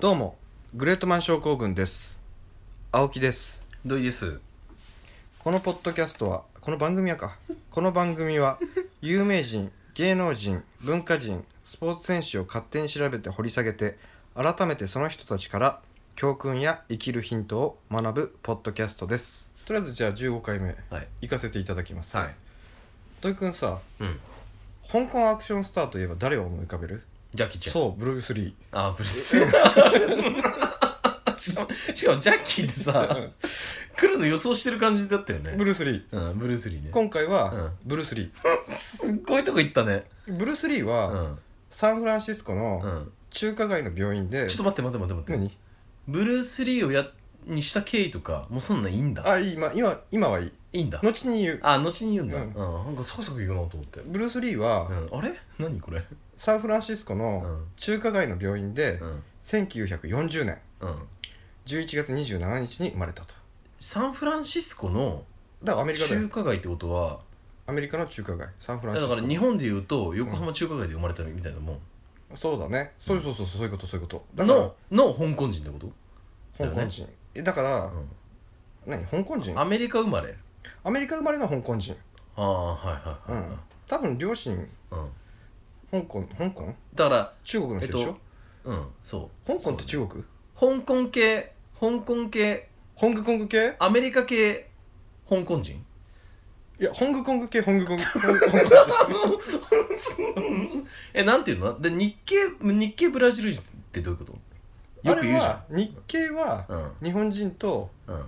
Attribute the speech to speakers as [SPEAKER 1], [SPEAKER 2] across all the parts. [SPEAKER 1] どうもグレートマン症候群です青木です
[SPEAKER 2] 土井です
[SPEAKER 1] このポッドキャストはこの番組はかこの番組は有名人芸能人文化人スポーツ選手を勝手に調べて掘り下げて改めてその人たちから教訓や生きるヒントを学ぶポッドキャストですとりあえずじゃあ15回目
[SPEAKER 2] はい
[SPEAKER 1] 行かせていただきます、
[SPEAKER 2] はい
[SPEAKER 1] 土井くんさ
[SPEAKER 2] うん
[SPEAKER 1] 香港アクションスターといえば誰を思い浮かべる
[SPEAKER 2] ジャッキーちゃんう
[SPEAKER 1] そうブルース・リ
[SPEAKER 2] あブルースしかも しかもジャッキーってさ
[SPEAKER 1] ー
[SPEAKER 2] 来るの予想してる感じだったよね
[SPEAKER 1] ブルース・リー
[SPEAKER 2] うん、ブルースリーね
[SPEAKER 1] 今回はブルース・リー、
[SPEAKER 2] すっごいとこ行ったね
[SPEAKER 1] ブルース・リー
[SPEAKER 2] う
[SPEAKER 1] は
[SPEAKER 2] ん
[SPEAKER 1] サンフランシスコ
[SPEAKER 2] う
[SPEAKER 1] の
[SPEAKER 2] ん
[SPEAKER 1] 中華街の病院で、
[SPEAKER 2] ちょっと待って待って待って待って
[SPEAKER 1] 何
[SPEAKER 2] ブルースリーをやにした経緯とかもうそんなんいいんだ
[SPEAKER 1] あ今今今はいい
[SPEAKER 2] いいんだ
[SPEAKER 1] 後に言う
[SPEAKER 2] あ後に言うんだ、
[SPEAKER 1] う
[SPEAKER 2] うんんなんかサクサクいくなと思って、
[SPEAKER 1] ブルース・リーは
[SPEAKER 2] うん、あれ何これ
[SPEAKER 1] サンフランシスコ
[SPEAKER 2] う
[SPEAKER 1] の
[SPEAKER 2] ん
[SPEAKER 1] 中華街の病院で
[SPEAKER 2] うん
[SPEAKER 1] 1940年
[SPEAKER 2] うん
[SPEAKER 1] 11月27日に生まれたと
[SPEAKER 2] サンフランシスコの
[SPEAKER 1] だからアメリカだ
[SPEAKER 2] 中
[SPEAKER 1] よ
[SPEAKER 2] 華街ってことは
[SPEAKER 1] アメリカの中華街サンフランシ
[SPEAKER 2] だ
[SPEAKER 1] ス
[SPEAKER 2] か
[SPEAKER 1] コ
[SPEAKER 2] ら日本でいうと横浜中華街で生まれたみたいなもん
[SPEAKER 1] そうだねそうそうそうそういうことそういうことだから
[SPEAKER 2] のの香港人ってこと、
[SPEAKER 1] 香港人えだから
[SPEAKER 2] う
[SPEAKER 1] 何香港人
[SPEAKER 2] ん、アメリカ生まれ
[SPEAKER 1] アメリカ生まれの香港人
[SPEAKER 2] ああはいは
[SPEAKER 1] う
[SPEAKER 2] い
[SPEAKER 1] ん
[SPEAKER 2] は
[SPEAKER 1] 多分両親
[SPEAKER 2] い、うん
[SPEAKER 1] 香港香港
[SPEAKER 2] だから
[SPEAKER 1] 中国の人でしょ、
[SPEAKER 2] うんそ
[SPEAKER 1] 香港って中国
[SPEAKER 2] う香港系香港系
[SPEAKER 1] ホングコング系
[SPEAKER 2] アメリカ系香港人
[SPEAKER 1] いや、ホングコング系、ホングコング、ホングコング系
[SPEAKER 2] えなんていうので日系日系ブラジル人ってどういうことよく言うじゃ
[SPEAKER 1] あれは日系は、
[SPEAKER 2] んうん
[SPEAKER 1] 日本人と、
[SPEAKER 2] うん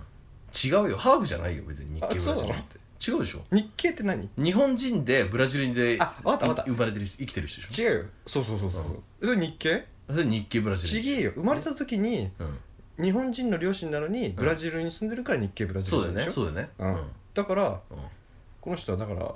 [SPEAKER 2] 違うよハーフじゃないよ別に日系ブラジル人って違うでしょ
[SPEAKER 1] 日系って何
[SPEAKER 2] 日本人でブラジルで
[SPEAKER 1] あわかったわかった
[SPEAKER 2] 生まれてる人生きてる人でし
[SPEAKER 1] 違うよ。そうそうそうそう。それ日系
[SPEAKER 2] ょそれ日系ブラジ
[SPEAKER 1] ち
[SPEAKER 2] ル人
[SPEAKER 1] げえよ。生まれた時に、
[SPEAKER 2] うん
[SPEAKER 1] 日本人の両親なのに、ブラジルに住んでるから日系ブラジル
[SPEAKER 2] そう
[SPEAKER 1] 人
[SPEAKER 2] だよ
[SPEAKER 1] でし
[SPEAKER 2] ね
[SPEAKER 1] ょ。
[SPEAKER 2] そうだよね
[SPEAKER 1] うんだから、
[SPEAKER 2] うん
[SPEAKER 1] この人はだから、
[SPEAKER 2] うん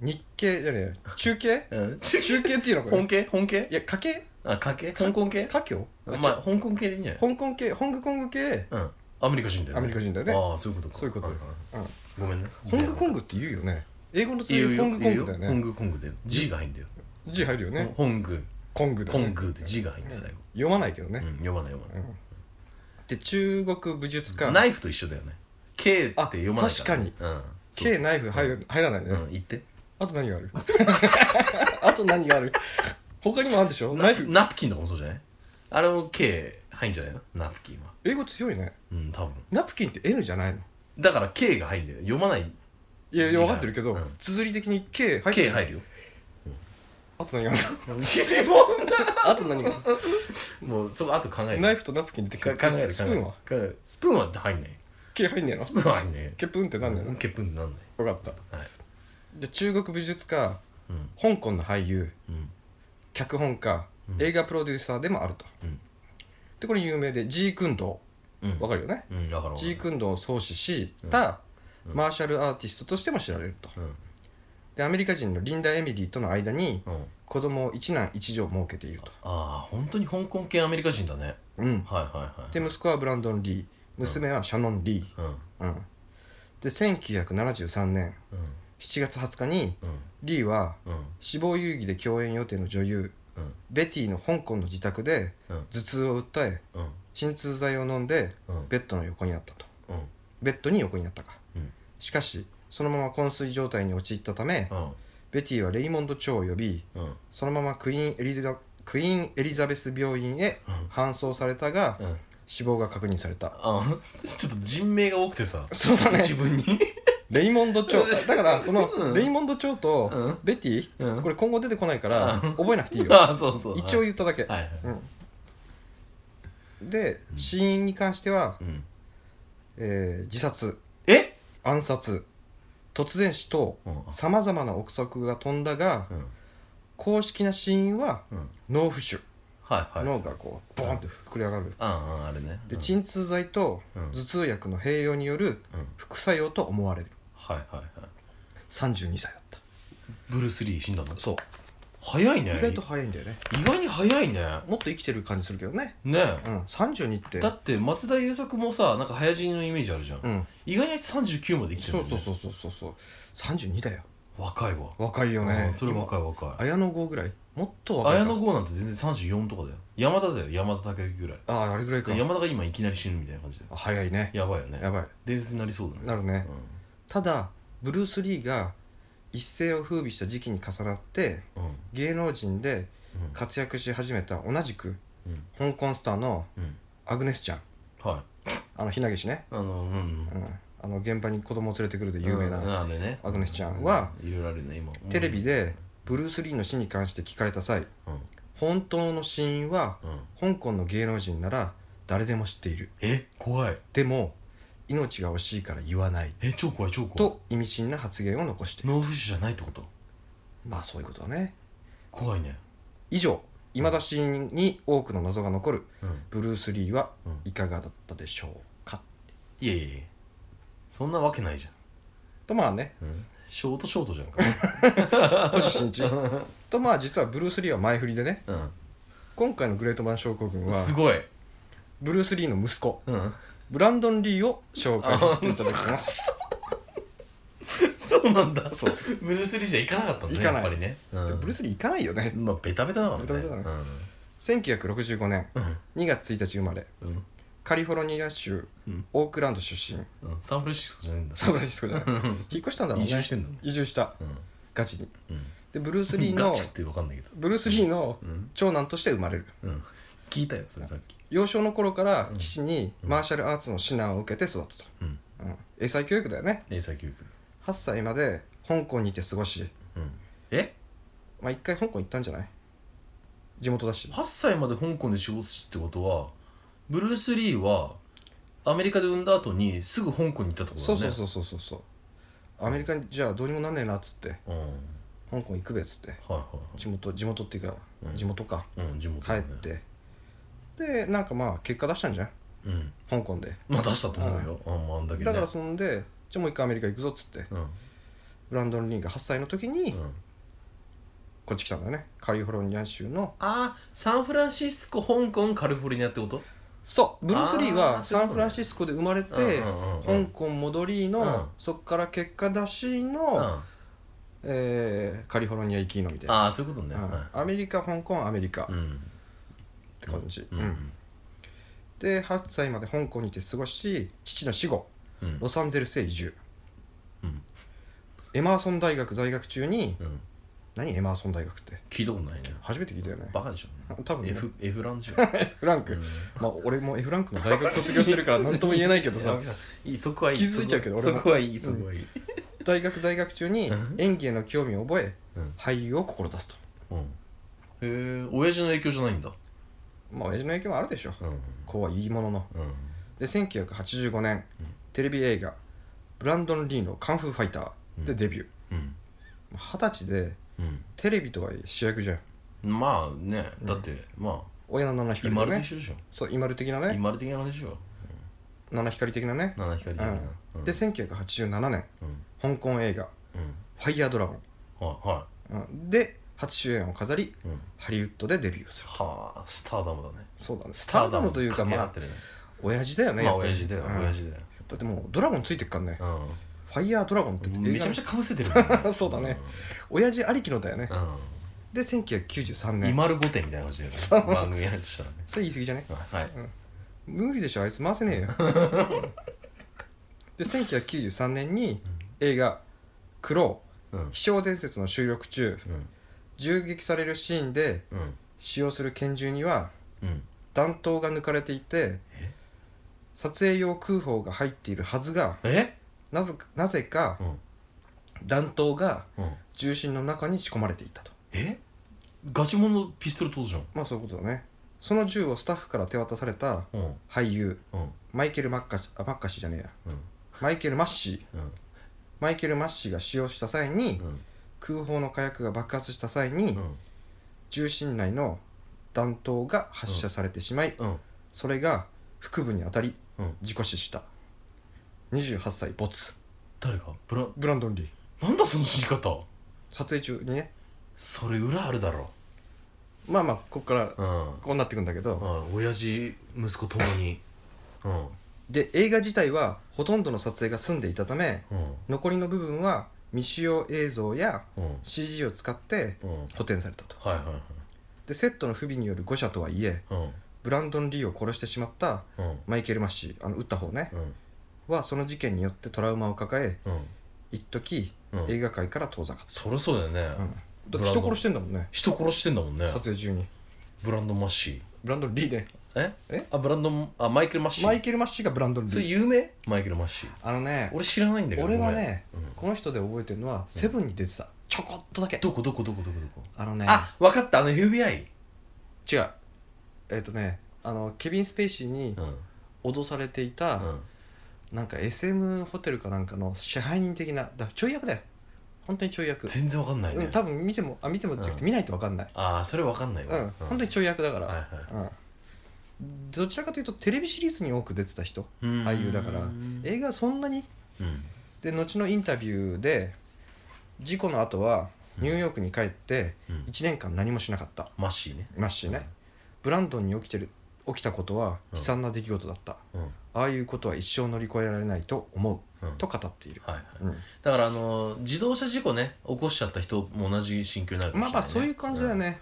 [SPEAKER 1] 日系じゃねえよ、中 系
[SPEAKER 2] うん中
[SPEAKER 1] 中系っていうのか
[SPEAKER 2] 本
[SPEAKER 1] な
[SPEAKER 2] 系本系
[SPEAKER 1] いや、家系
[SPEAKER 2] あ、家系香港系
[SPEAKER 1] 家境
[SPEAKER 2] ま
[SPEAKER 1] あ
[SPEAKER 2] あ、
[SPEAKER 1] 違う
[SPEAKER 2] 香港系でいいんじゃない
[SPEAKER 1] 香港系、ホングコング系、
[SPEAKER 2] うん。アメリカ人だよね。
[SPEAKER 1] アメリカ人だよね
[SPEAKER 2] ああ、そういうことか。
[SPEAKER 1] そういうこと
[SPEAKER 2] はいはい
[SPEAKER 1] うん
[SPEAKER 2] ごめんね。
[SPEAKER 1] ホングコン
[SPEAKER 2] グ
[SPEAKER 1] グって言うよね。英語の通
[SPEAKER 2] 言う
[SPEAKER 1] り、
[SPEAKER 2] よ。
[SPEAKER 1] ホングコングだよ
[SPEAKER 2] 言うホン
[SPEAKER 1] ね。
[SPEAKER 2] グコングだよ。G が入んだよ。
[SPEAKER 1] 字入るよね。
[SPEAKER 2] ホング。
[SPEAKER 1] コングだ
[SPEAKER 2] コ
[SPEAKER 1] よね
[SPEAKER 2] ングって G が入んだよ、最後。
[SPEAKER 1] 読まないけどね、
[SPEAKER 2] うん、読まない読ま
[SPEAKER 1] で中国武術家
[SPEAKER 2] ない。ナイフと一緒だよね。K って読まない
[SPEAKER 1] あ確
[SPEAKER 2] から。かに。うん。
[SPEAKER 1] K ナイフ入る入らないね、
[SPEAKER 2] そうそううん、言って。
[SPEAKER 1] あと何がある あと何がある他にもあるでしょナイフ
[SPEAKER 2] ナプキンとかもそうじゃないあれも K 入んじゃないのナプキンは。
[SPEAKER 1] 英語強いね
[SPEAKER 2] うん、多分。
[SPEAKER 1] ナプキンって N じゃないの
[SPEAKER 2] だから K が入んだよ。読まない。
[SPEAKER 1] いやいや
[SPEAKER 2] 違う
[SPEAKER 1] 分かってるけど、
[SPEAKER 2] うん
[SPEAKER 1] 綴り的に K 入って
[SPEAKER 2] K 入るよ。
[SPEAKER 1] あと何が あるあと何が あ
[SPEAKER 2] もう、そこ、あと考え
[SPEAKER 1] る
[SPEAKER 2] る。
[SPEAKER 1] ナイフとナプキン出てき
[SPEAKER 2] か
[SPEAKER 1] て
[SPEAKER 2] 考える考える
[SPEAKER 1] スプーンは
[SPEAKER 2] 考えるスプーンは入んない
[SPEAKER 1] K 入んねえの
[SPEAKER 2] スプーンは入んない
[SPEAKER 1] ケプンってなんだよ
[SPEAKER 2] う
[SPEAKER 1] ね
[SPEAKER 2] んケプンなんない
[SPEAKER 1] 分かった
[SPEAKER 2] はい
[SPEAKER 1] で中国美術家
[SPEAKER 2] うん
[SPEAKER 1] 香港の俳優
[SPEAKER 2] うん
[SPEAKER 1] 脚本家、
[SPEAKER 2] うん
[SPEAKER 1] 映画プロデューサーでもあると
[SPEAKER 2] うん
[SPEAKER 1] でこれ有名で G 君堂
[SPEAKER 2] うん
[SPEAKER 1] わかるよね、
[SPEAKER 2] うんだから
[SPEAKER 1] ジークンドーを創始した
[SPEAKER 2] うん
[SPEAKER 1] マーシャルアーティストとしても知られると
[SPEAKER 2] うん
[SPEAKER 1] でアメリカ人のリンダ・エミリーとの間に
[SPEAKER 2] うん
[SPEAKER 1] 子供を一男一女を設けていると、
[SPEAKER 2] ああ本当に香港系アメリカ人だね
[SPEAKER 1] うん、
[SPEAKER 2] はいはいはい
[SPEAKER 1] で息子はブランドン・リー娘はシャノン・リ
[SPEAKER 2] うん
[SPEAKER 1] ー、うん、で1973年
[SPEAKER 2] うん
[SPEAKER 1] 7月20日に
[SPEAKER 2] うん
[SPEAKER 1] リーは
[SPEAKER 2] うん
[SPEAKER 1] 死亡遊戯で共演予定の女優
[SPEAKER 2] うん
[SPEAKER 1] ベティの香港の自宅で
[SPEAKER 2] うん
[SPEAKER 1] 頭痛を訴え
[SPEAKER 2] うん
[SPEAKER 1] 鎮痛剤を飲んで
[SPEAKER 2] うん
[SPEAKER 1] ベッドの横にあったと
[SPEAKER 2] うんうん
[SPEAKER 1] ベッドに横にあったか
[SPEAKER 2] うん
[SPEAKER 1] しかしそのまま昏睡状態に陥ったためベティはレイモンド長を呼び
[SPEAKER 2] うんうん
[SPEAKER 1] そのままクイーンエリザクイーンエリザベス病院へ搬送されたが
[SPEAKER 2] うん
[SPEAKER 1] 死亡が確認された
[SPEAKER 2] あちょっと人名が多くてさ
[SPEAKER 1] そうだね
[SPEAKER 2] 自分に
[SPEAKER 1] レイモンド長だからそ
[SPEAKER 2] うん
[SPEAKER 1] のレイモンド長
[SPEAKER 2] う
[SPEAKER 1] と
[SPEAKER 2] ん
[SPEAKER 1] ベティ
[SPEAKER 2] うん
[SPEAKER 1] これ今後出てこないから
[SPEAKER 2] うん
[SPEAKER 1] 覚えなくていいよ
[SPEAKER 2] ああそうそう
[SPEAKER 1] 一応
[SPEAKER 2] はい
[SPEAKER 1] 言っただけ
[SPEAKER 2] はいはい
[SPEAKER 1] うんで死因に関しては
[SPEAKER 2] うん
[SPEAKER 1] えー自殺
[SPEAKER 2] え
[SPEAKER 1] 暗殺突然死等
[SPEAKER 2] うん
[SPEAKER 1] さまざまな憶測が飛んだが
[SPEAKER 2] うん
[SPEAKER 1] 公式な死因は
[SPEAKER 2] うん
[SPEAKER 1] 脳浮腫
[SPEAKER 2] はいはい
[SPEAKER 1] 脳がこうボーンと膨れ上がる
[SPEAKER 2] あああああれね
[SPEAKER 1] で
[SPEAKER 2] うん
[SPEAKER 1] 鎮痛剤と
[SPEAKER 2] うん
[SPEAKER 1] 頭痛薬の併用による
[SPEAKER 2] うん
[SPEAKER 1] 副作用と思われる
[SPEAKER 2] はいはいはい
[SPEAKER 1] 32歳だった
[SPEAKER 2] ブルース・リー死んだのそう早いね
[SPEAKER 1] 意外と早いんだよね
[SPEAKER 2] 意外に早いね
[SPEAKER 1] もっと生きてる感じするけどね
[SPEAKER 2] ね
[SPEAKER 1] うん32って
[SPEAKER 2] だって松田優作もさなんか早死にのイメージあるじゃん、
[SPEAKER 1] うん
[SPEAKER 2] 意外にあいつ39まで生きて
[SPEAKER 1] そ
[SPEAKER 2] る
[SPEAKER 1] う
[SPEAKER 2] もん
[SPEAKER 1] そう
[SPEAKER 2] ね
[SPEAKER 1] そうそうそうそう32だよ
[SPEAKER 2] 若いわ
[SPEAKER 1] 若いよ
[SPEAKER 2] う
[SPEAKER 1] ね
[SPEAKER 2] んそれ若い若い
[SPEAKER 1] 綾野剛ぐらいもっと若い
[SPEAKER 2] 綾野
[SPEAKER 1] 剛
[SPEAKER 2] 剛なんて全然34とかだよ山田だよ山田孝之ぐらい
[SPEAKER 1] あああれぐらいか
[SPEAKER 2] で山田が今いきなり死ぬみたいな感じだよ
[SPEAKER 1] あ早いね
[SPEAKER 2] やばいよね
[SPEAKER 1] やばい
[SPEAKER 2] 伝説になりそうだね
[SPEAKER 1] なるね
[SPEAKER 2] う
[SPEAKER 1] ただブルース・リーが一世を風靡した時期に重なって
[SPEAKER 2] んうん
[SPEAKER 1] 芸能人で活躍し始めた同じく
[SPEAKER 2] うん
[SPEAKER 1] 香港スターの
[SPEAKER 2] うんうん
[SPEAKER 1] アグネスちゃん
[SPEAKER 2] はい
[SPEAKER 1] あのひなげしね、
[SPEAKER 2] あのう
[SPEAKER 1] う
[SPEAKER 2] ん
[SPEAKER 1] ん、あの現場に子供を連れてくるで有名な、
[SPEAKER 2] うんあれね
[SPEAKER 1] アグネスちゃんは
[SPEAKER 2] うんいろいろあるよね今
[SPEAKER 1] テレビでブルース・リーの死に関して聞かれた際
[SPEAKER 2] うん
[SPEAKER 1] 本当の死因は
[SPEAKER 2] うん
[SPEAKER 1] 香港の芸能人なら誰でも知っている
[SPEAKER 2] え怖い
[SPEAKER 1] でも命が惜しいから言わない
[SPEAKER 2] え超怖い超怖い
[SPEAKER 1] と意味深な発言を残している
[SPEAKER 2] ノーフッシュじゃないってこと
[SPEAKER 1] まあそういうことだね
[SPEAKER 2] 怖いね
[SPEAKER 1] 以上未だ死因に多くの謎が残る
[SPEAKER 2] うん
[SPEAKER 1] ブルース・リーは
[SPEAKER 2] うん
[SPEAKER 1] いかがだったでしょうか
[SPEAKER 2] いやいやいやそんなわけないじ
[SPEAKER 1] とまあね
[SPEAKER 2] ゃんうんショートショートじゃん か
[SPEAKER 1] 星新一 とまあ実はブルース・リーは前振りでね
[SPEAKER 2] うん
[SPEAKER 1] 今回のグレートマン症候群は
[SPEAKER 2] すごい
[SPEAKER 1] ブルース・リーの息子
[SPEAKER 2] うん
[SPEAKER 1] ブランドン・リーを紹介させていただきます
[SPEAKER 2] そうなんだ
[SPEAKER 1] そう
[SPEAKER 2] ブルース・リーじゃ行かなかったんだね
[SPEAKER 1] 行かない
[SPEAKER 2] やっぱりね、 うん、
[SPEAKER 1] ブルース・リー行かないよね
[SPEAKER 2] まあベタベタだからね
[SPEAKER 1] ベタベタだね
[SPEAKER 2] う
[SPEAKER 1] 1965年
[SPEAKER 2] ん
[SPEAKER 1] 2月1日生まれ
[SPEAKER 2] うん
[SPEAKER 1] カリフォルニア州
[SPEAKER 2] うん
[SPEAKER 1] オークランド出身
[SPEAKER 2] うんサンフランシスコじゃないんだ
[SPEAKER 1] サンフランシスコじゃない
[SPEAKER 2] うん
[SPEAKER 1] 引っ越したんだろう
[SPEAKER 2] 移
[SPEAKER 1] ね
[SPEAKER 2] 住してんだ
[SPEAKER 1] 移住した
[SPEAKER 2] うん
[SPEAKER 1] ガチに
[SPEAKER 2] うん
[SPEAKER 1] でブルース・リー
[SPEAKER 2] ガ
[SPEAKER 1] の
[SPEAKER 2] チってわかんないけど
[SPEAKER 1] ブルース・リーの
[SPEAKER 2] うん
[SPEAKER 1] 長男として生まれる
[SPEAKER 2] うん聞いたよそれさっき
[SPEAKER 1] 幼少の頃から父にマーシャルアーツの指南を受けて育つと、
[SPEAKER 2] うん
[SPEAKER 1] うん、英才教育だよね
[SPEAKER 2] 英才教育
[SPEAKER 1] 8歳まで香港にいて過ごし
[SPEAKER 2] うんえ
[SPEAKER 1] まあ一回香港行ったんじゃない地元だし
[SPEAKER 2] 8歳まで香港で仕事してってことはブルース・リーはアメリカで産んだ後にすぐ香港に行ったってこと
[SPEAKER 1] そう
[SPEAKER 2] だ
[SPEAKER 1] そう
[SPEAKER 2] ね
[SPEAKER 1] そうそうそうそうアメリカにじゃあどうにもなんねえなっつって
[SPEAKER 2] うんはい
[SPEAKER 1] 香港行くべっつって
[SPEAKER 2] は
[SPEAKER 1] 地元地元っていうか
[SPEAKER 2] うん
[SPEAKER 1] 地元か、
[SPEAKER 2] いはいうん地元
[SPEAKER 1] 帰
[SPEAKER 2] だ
[SPEAKER 1] っ
[SPEAKER 2] ね
[SPEAKER 1] てでなんかまあ結果出したんじゃん
[SPEAKER 2] うん
[SPEAKER 1] 香港で
[SPEAKER 2] まあ出したと思うよあんまあんだけね
[SPEAKER 1] だからそんでじゃあもう一回アメリカ行くぞっつって
[SPEAKER 2] うん
[SPEAKER 1] ブランドン・リーが8歳の時
[SPEAKER 2] う
[SPEAKER 1] に
[SPEAKER 2] ん
[SPEAKER 1] こっち来たんだよねカリフォルニア州の
[SPEAKER 2] あーサンフランシスコ香港カリフォルニアってこと
[SPEAKER 1] そうブルース・リー
[SPEAKER 2] あー
[SPEAKER 1] は
[SPEAKER 2] そうい
[SPEAKER 1] サ
[SPEAKER 2] う
[SPEAKER 1] ン
[SPEAKER 2] ことね
[SPEAKER 1] フランシスコで生まれて、
[SPEAKER 2] うんうん
[SPEAKER 1] 香港戻りの、
[SPEAKER 2] うん
[SPEAKER 1] そっから結果出し
[SPEAKER 2] うんう
[SPEAKER 1] の、
[SPEAKER 2] んあ
[SPEAKER 1] えーカリフォルニア行きのみたいな、
[SPEAKER 2] あーそういうことね
[SPEAKER 1] うん
[SPEAKER 2] はい
[SPEAKER 1] アメリカ香港アメリカ、
[SPEAKER 2] う
[SPEAKER 1] っ
[SPEAKER 2] ん
[SPEAKER 1] て感じ、
[SPEAKER 2] うん
[SPEAKER 1] うんで8歳まで香港にいて過ごし父の死後
[SPEAKER 2] うん
[SPEAKER 1] ロサンゼルスへ移住
[SPEAKER 2] うん
[SPEAKER 1] エマーソン大学在学中に
[SPEAKER 2] うん
[SPEAKER 1] 何エマーソン大学って
[SPEAKER 2] 聞いたことないね
[SPEAKER 1] 初めて聞いたよね
[SPEAKER 2] バカでしょ
[SPEAKER 1] 多分ね
[SPEAKER 2] F, F ランチ ゃ
[SPEAKER 1] フランク、
[SPEAKER 2] ん
[SPEAKER 1] まあ俺も F ランクの大学卒業してる から何とも言えないけどさ
[SPEAKER 2] 青木さんいいそこはいい
[SPEAKER 1] 気づいちゃうけど
[SPEAKER 2] そこ
[SPEAKER 1] 俺も
[SPEAKER 2] そこはいいそこはいい
[SPEAKER 1] 大学在学中に
[SPEAKER 2] うん
[SPEAKER 1] 演技への興味を覚え
[SPEAKER 2] うん
[SPEAKER 1] 俳優を志すと
[SPEAKER 2] うんへえ親父の影響じゃないんだ
[SPEAKER 1] まあ親父の影響もあるでしょ
[SPEAKER 2] うん
[SPEAKER 1] こうは言いものの
[SPEAKER 2] うん
[SPEAKER 1] で1985年
[SPEAKER 2] うん
[SPEAKER 1] テレビ映画「ブランドン・リーのカンフーファイター」でデビュー
[SPEAKER 2] うん
[SPEAKER 1] まあ二十歳でテレビとはいえ主役じゃん
[SPEAKER 2] うんまあねだってま
[SPEAKER 1] 親の七
[SPEAKER 2] あ
[SPEAKER 1] 光
[SPEAKER 2] 今
[SPEAKER 1] の
[SPEAKER 2] ると
[SPEAKER 1] ね
[SPEAKER 2] 一緒でしょ
[SPEAKER 1] そうイマル的なね
[SPEAKER 2] 今る的な話でしょ
[SPEAKER 1] 七光的なね
[SPEAKER 2] 七光的な
[SPEAKER 1] で1987年
[SPEAKER 2] うん
[SPEAKER 1] 香港映画
[SPEAKER 2] うん
[SPEAKER 1] 「ファイヤードラゴン
[SPEAKER 2] はいは」
[SPEAKER 1] うんで初主演を飾り
[SPEAKER 2] いうん
[SPEAKER 1] ハリウッドでデビューする
[SPEAKER 2] はあスターダムだね
[SPEAKER 1] そうだねスターダムというか
[SPEAKER 2] 駆け
[SPEAKER 1] ま
[SPEAKER 2] 上が
[SPEAKER 1] あ
[SPEAKER 2] ってるね
[SPEAKER 1] 親父だよね
[SPEAKER 2] まあ
[SPEAKER 1] やっぱり
[SPEAKER 2] 親父だよ
[SPEAKER 1] うん
[SPEAKER 2] 親父だよ
[SPEAKER 1] だってもうドラゴンついてっからねファイヤードラゴンって
[SPEAKER 2] う
[SPEAKER 1] 映画
[SPEAKER 2] ん
[SPEAKER 1] の
[SPEAKER 2] めちゃめちゃかぶせてるもん ね
[SPEAKER 1] そうだね親父ありきのだよね
[SPEAKER 2] うんうん
[SPEAKER 1] で1993
[SPEAKER 2] 今
[SPEAKER 1] 年
[SPEAKER 2] 丸御殿みたいな感じだよね番組やるとしたらね
[SPEAKER 1] それ言い過ぎじゃね
[SPEAKER 2] はい
[SPEAKER 1] 無理でしょあいつ回せねえよで1993年に映画「クロ
[SPEAKER 2] うんう
[SPEAKER 1] ウ飛翔伝説」の収録中
[SPEAKER 2] ん
[SPEAKER 1] 銃撃されるシーンで
[SPEAKER 2] うん
[SPEAKER 1] 使用する拳銃には
[SPEAKER 2] うん
[SPEAKER 1] 弾頭が抜かれていて
[SPEAKER 2] え
[SPEAKER 1] 撮影用空砲が入っているはずが
[SPEAKER 2] え
[SPEAKER 1] なぜなぜか
[SPEAKER 2] うん
[SPEAKER 1] 弾頭が
[SPEAKER 2] うん
[SPEAKER 1] 重心の中に仕込まれていたと
[SPEAKER 2] えガチモンのピストルってことじゃん
[SPEAKER 1] まあそういうことだねその銃をスタッフから手渡された
[SPEAKER 2] うん
[SPEAKER 1] 俳優
[SPEAKER 2] うん
[SPEAKER 1] マイケル・マッカシあマッカシじゃねえや
[SPEAKER 2] うん
[SPEAKER 1] マイケル・マッシー
[SPEAKER 2] うん
[SPEAKER 1] マイケル・マッシーが使用した際に
[SPEAKER 2] うん
[SPEAKER 1] 空砲の火薬が爆発した際に
[SPEAKER 2] うん
[SPEAKER 1] 重心内の弾頭が発射されてしまい
[SPEAKER 2] うん
[SPEAKER 1] それが腹部に当たり
[SPEAKER 2] うん
[SPEAKER 1] 事故死した28歳没
[SPEAKER 2] 誰かブラ
[SPEAKER 1] ブランドン・リー
[SPEAKER 2] なんだその死に方
[SPEAKER 1] 撮影中にね
[SPEAKER 2] それ裏あるだろ
[SPEAKER 1] まあまあここから
[SPEAKER 2] うん
[SPEAKER 1] こうなってくんだけど
[SPEAKER 2] うん親父息子ともにうん
[SPEAKER 1] で映画自体はほとんどの撮影が済んでいたため
[SPEAKER 2] うん
[SPEAKER 1] 残りの部分は未使用映像や
[SPEAKER 2] うん
[SPEAKER 1] CG を使って
[SPEAKER 2] うんはい
[SPEAKER 1] 補填されたと
[SPEAKER 2] はいは
[SPEAKER 1] でセットの不備による誤射とはいえ
[SPEAKER 2] いうん
[SPEAKER 1] ブランドン・リーを殺してしまった
[SPEAKER 2] うん
[SPEAKER 1] マイケル・マッシーあの撃った方ね
[SPEAKER 2] うん
[SPEAKER 1] はその事件によってトラウマを抱え
[SPEAKER 2] うん
[SPEAKER 1] 一時
[SPEAKER 2] うん
[SPEAKER 1] 映画界から遠ざかっ
[SPEAKER 2] そりゃそうだよね、
[SPEAKER 1] た、うん、だって人殺してんだもんね
[SPEAKER 2] 人殺してんだもんね
[SPEAKER 1] 撮影中に
[SPEAKER 2] ブランドンマッシ
[SPEAKER 1] ブランドン・リーで
[SPEAKER 2] ーえ
[SPEAKER 1] え
[SPEAKER 2] あブランドンあマイケル・マッシー
[SPEAKER 1] マイケル・マッシーがブランドン・リ
[SPEAKER 2] それ
[SPEAKER 1] ー
[SPEAKER 2] 有名マイケル・マッシー
[SPEAKER 1] あのね
[SPEAKER 2] 俺知らないんだけど
[SPEAKER 1] 俺は
[SPEAKER 2] ごめん
[SPEAKER 1] ね
[SPEAKER 2] うん
[SPEAKER 1] この人で覚えてるのはセブンに出てたちょこっとだけ
[SPEAKER 2] どこどこどこどこどこ
[SPEAKER 1] あのね
[SPEAKER 2] あ分かったあの FBI
[SPEAKER 1] 違うえっ、とねあのケビン・スペイシーに
[SPEAKER 2] うんうん
[SPEAKER 1] 脅されていた、なんか SM ホテルかなんかの支配人的なだちょい役だよ本当にちょい役、
[SPEAKER 2] 全然分かんないね、
[SPEAKER 1] うん、多分見てもあ見てもじゃなくて見ないと分かんない
[SPEAKER 2] ああそれ分かんない
[SPEAKER 1] うん、
[SPEAKER 2] わ
[SPEAKER 1] 本当にちょい役だから、
[SPEAKER 2] はいはい
[SPEAKER 1] うん、どちらかというとテレビシリーズに多く出てた人
[SPEAKER 2] うん
[SPEAKER 1] 俳優だから
[SPEAKER 2] うん
[SPEAKER 1] 映画はそんなにで後のインタビューで事故の後はニューヨークに帰って
[SPEAKER 2] うん
[SPEAKER 1] 1年間何もしなかった
[SPEAKER 2] マッシーね
[SPEAKER 1] マッシーね、ブランドンに起きてる起きたことは
[SPEAKER 2] うん
[SPEAKER 1] 悲惨な出来事だった、
[SPEAKER 2] うんうん
[SPEAKER 1] ああいうことは一生乗り越えられないと思う、
[SPEAKER 2] うん
[SPEAKER 1] と語っている、
[SPEAKER 2] はいはい
[SPEAKER 1] うん、
[SPEAKER 2] だからあのー自動車事故ね起こしちゃった人も同じ心境になるかも
[SPEAKER 1] まあ
[SPEAKER 2] しれない、ね、
[SPEAKER 1] まあそういう感じだよね、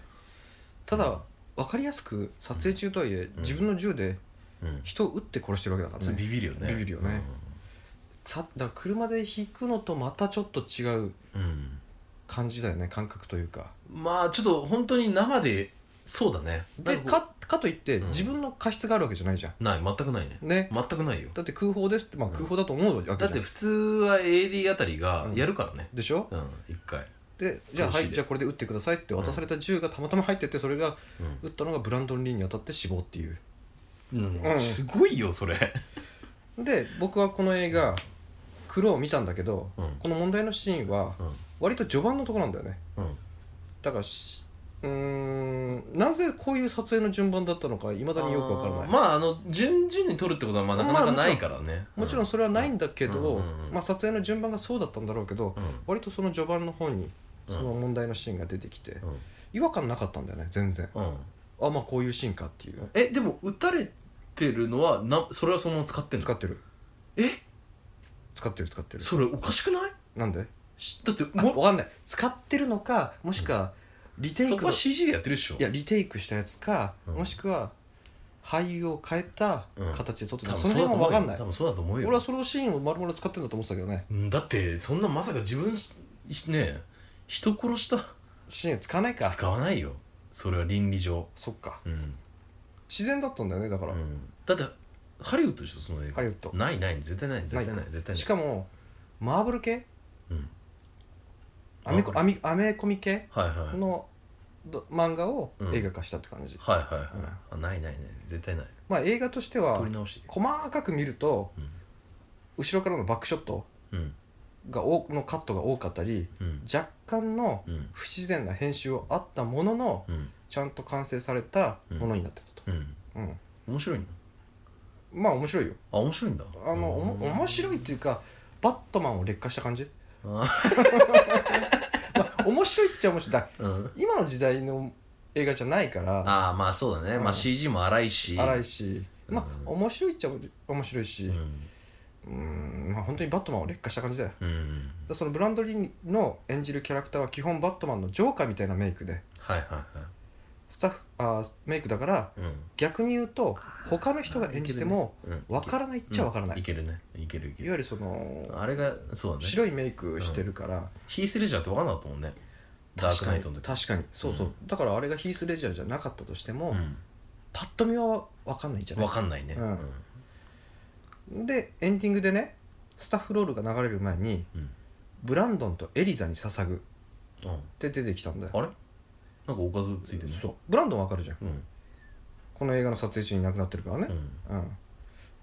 [SPEAKER 1] た
[SPEAKER 2] うん
[SPEAKER 1] だ分かりやすく撮影中とはいえ、
[SPEAKER 2] ん
[SPEAKER 1] 自分の銃で
[SPEAKER 2] うん、うん
[SPEAKER 1] 人を撃って殺してるわけだから
[SPEAKER 2] それ
[SPEAKER 1] ね
[SPEAKER 2] ビビるよね
[SPEAKER 1] ビビるよねさだから車で引くのとまたちょっと違う
[SPEAKER 2] うん、うん
[SPEAKER 1] 感じだよね感覚というか
[SPEAKER 2] まあちょっと本当に生でそうだね
[SPEAKER 1] で
[SPEAKER 2] なんこ
[SPEAKER 1] かかといって、
[SPEAKER 2] うん
[SPEAKER 1] 自分の過失があるわけじゃないじゃ
[SPEAKER 2] うない全くないね
[SPEAKER 1] んね
[SPEAKER 2] 全くないよ
[SPEAKER 1] だって空砲ですってまあ
[SPEAKER 2] うん
[SPEAKER 1] 空砲だと思うわけじゃん、
[SPEAKER 2] だって普通は AD あたりがやるからね
[SPEAKER 1] でしょ
[SPEAKER 2] うん一回
[SPEAKER 1] でじゃあ
[SPEAKER 2] 投資
[SPEAKER 1] は
[SPEAKER 2] で
[SPEAKER 1] いじゃあこれで撃ってくださいって渡された銃がたまたま入っててそれが
[SPEAKER 2] う、
[SPEAKER 1] 撃ったのがブランドン・リーに当たって死亡っていうんうん
[SPEAKER 2] すごいよそれ
[SPEAKER 1] で僕はこの映画「クロ」を見たんだけど、
[SPEAKER 2] うん
[SPEAKER 1] この問題のシーンは
[SPEAKER 2] うん
[SPEAKER 1] 割と序盤のところなんだよね
[SPEAKER 2] うん
[SPEAKER 1] だからしうーんなぜこういう撮影の順番だったのかいまだによくわからない
[SPEAKER 2] あーまああの順々に撮るってことはまあなかなかないからね、
[SPEAKER 1] もちろんそれはないんだけど、
[SPEAKER 2] うんうんうんうん
[SPEAKER 1] まあ、撮影の順番がそうだったんだろうけど、
[SPEAKER 2] うん、
[SPEAKER 1] 割とその序盤の方に
[SPEAKER 2] うん
[SPEAKER 1] その問題のシーンが出てきて、
[SPEAKER 2] うん
[SPEAKER 1] 違和感なかったんだよね全然
[SPEAKER 2] うん
[SPEAKER 1] あまあこういうシーンかっていう
[SPEAKER 2] えでも打たれてるのはなそれはそのまま使ってんの
[SPEAKER 1] 使ってる
[SPEAKER 2] え
[SPEAKER 1] 使ってる使ってる
[SPEAKER 2] それおかしくない
[SPEAKER 1] なんで
[SPEAKER 2] しだって
[SPEAKER 1] あ
[SPEAKER 2] も
[SPEAKER 1] わかんない使ってるのかもしくはリテイ
[SPEAKER 2] そ
[SPEAKER 1] クの
[SPEAKER 2] こはい CG でやってるでしょ
[SPEAKER 1] やリテイクしたやつか、
[SPEAKER 2] うん
[SPEAKER 1] もしくは俳優を変えた
[SPEAKER 2] うん
[SPEAKER 1] 形で撮ってた、
[SPEAKER 2] 多分
[SPEAKER 1] その辺は分かんない
[SPEAKER 2] 多分そうだと思うよ
[SPEAKER 1] 俺はそのシーンを丸々使ってんだと思ってたけどね
[SPEAKER 2] うんだってそんなまさか自分しね人殺した
[SPEAKER 1] シーン使わないか
[SPEAKER 2] 使わないよそれは倫理上
[SPEAKER 1] そっか
[SPEAKER 2] うん、
[SPEAKER 1] 自然だったんだよねだから、
[SPEAKER 2] うんだってハリウッドでしょその映
[SPEAKER 1] ハ
[SPEAKER 2] 画
[SPEAKER 1] リウッド
[SPEAKER 2] ないない絶対ない絶対ない
[SPEAKER 1] ない
[SPEAKER 2] 絶対ない
[SPEAKER 1] しかもマーブル系
[SPEAKER 2] うん
[SPEAKER 1] アメコ
[SPEAKER 2] マ
[SPEAKER 1] アメアメコミ系
[SPEAKER 2] はいはいはい
[SPEAKER 1] のど漫画を
[SPEAKER 2] うん
[SPEAKER 1] 映画化したって感じ、
[SPEAKER 2] はいはい、あないないない絶対ない
[SPEAKER 1] まあ映画として
[SPEAKER 2] 撮
[SPEAKER 1] は
[SPEAKER 2] り直して
[SPEAKER 1] 細かく見ると
[SPEAKER 2] う
[SPEAKER 1] 後ろからのバックショット
[SPEAKER 2] んうん
[SPEAKER 1] が多のカットが多かったり
[SPEAKER 2] うん
[SPEAKER 1] 若干の
[SPEAKER 2] うん
[SPEAKER 1] 不自然な編集はあったものの
[SPEAKER 2] うん
[SPEAKER 1] ちゃんと完成されたものになってたと、
[SPEAKER 2] うん
[SPEAKER 1] うん
[SPEAKER 2] 面白いの
[SPEAKER 1] まあ面白いよ
[SPEAKER 2] あ面白いんだ
[SPEAKER 1] あの、おも面白いっていうかバットマンを劣化した感じ、
[SPEAKER 2] あ
[SPEAKER 1] まあ、面白いっちゃ面白いだ
[SPEAKER 2] ーうん
[SPEAKER 1] 今の時代の映画じゃないから
[SPEAKER 2] あーまあそうだね、
[SPEAKER 1] うん
[SPEAKER 2] まあ CG も荒いし
[SPEAKER 1] 荒いしまあ
[SPEAKER 2] うん
[SPEAKER 1] 面白いっちゃ面白いし
[SPEAKER 2] う
[SPEAKER 1] うんーんまあ本当にバットマンを劣化した感じだよ
[SPEAKER 2] うん
[SPEAKER 1] だからそのブランドリーの演じるキャラクターは基本バットマンのジョーカーみたいなメイクで
[SPEAKER 2] はいはいは
[SPEAKER 1] スタッフあーメイクだから
[SPEAKER 2] いうん
[SPEAKER 1] 逆に言うと他の人が演じても
[SPEAKER 2] うん
[SPEAKER 1] 分からないっちゃ分からない、
[SPEAKER 2] いけるねいけるいけ
[SPEAKER 1] いわゆる
[SPEAKER 2] る
[SPEAKER 1] その
[SPEAKER 2] あれがそうだね
[SPEAKER 1] 白いメイクしてるから、
[SPEAKER 2] ヒース・レジャーって分かんなかったもんねダー
[SPEAKER 1] 確
[SPEAKER 2] ク
[SPEAKER 1] か
[SPEAKER 2] ナイ
[SPEAKER 1] に
[SPEAKER 2] トの時
[SPEAKER 1] 確かにそうそう、
[SPEAKER 2] うん
[SPEAKER 1] だからあれがヒース・レジャーじゃなかったとしても、
[SPEAKER 2] うん
[SPEAKER 1] パッと見は分かんないんじゃない
[SPEAKER 2] 分かんないね
[SPEAKER 1] うんでエンディングでねスタッフロールが流れる前に
[SPEAKER 2] うん
[SPEAKER 1] ブランドンとエリザに捧ぐっ
[SPEAKER 2] うん
[SPEAKER 1] て出てきたんだよ
[SPEAKER 2] あれなんかおかずついてるね
[SPEAKER 1] そうブランドンわかるじゃん
[SPEAKER 2] うん
[SPEAKER 1] この映画の撮影中に亡くなってるからね
[SPEAKER 2] うん
[SPEAKER 1] うん、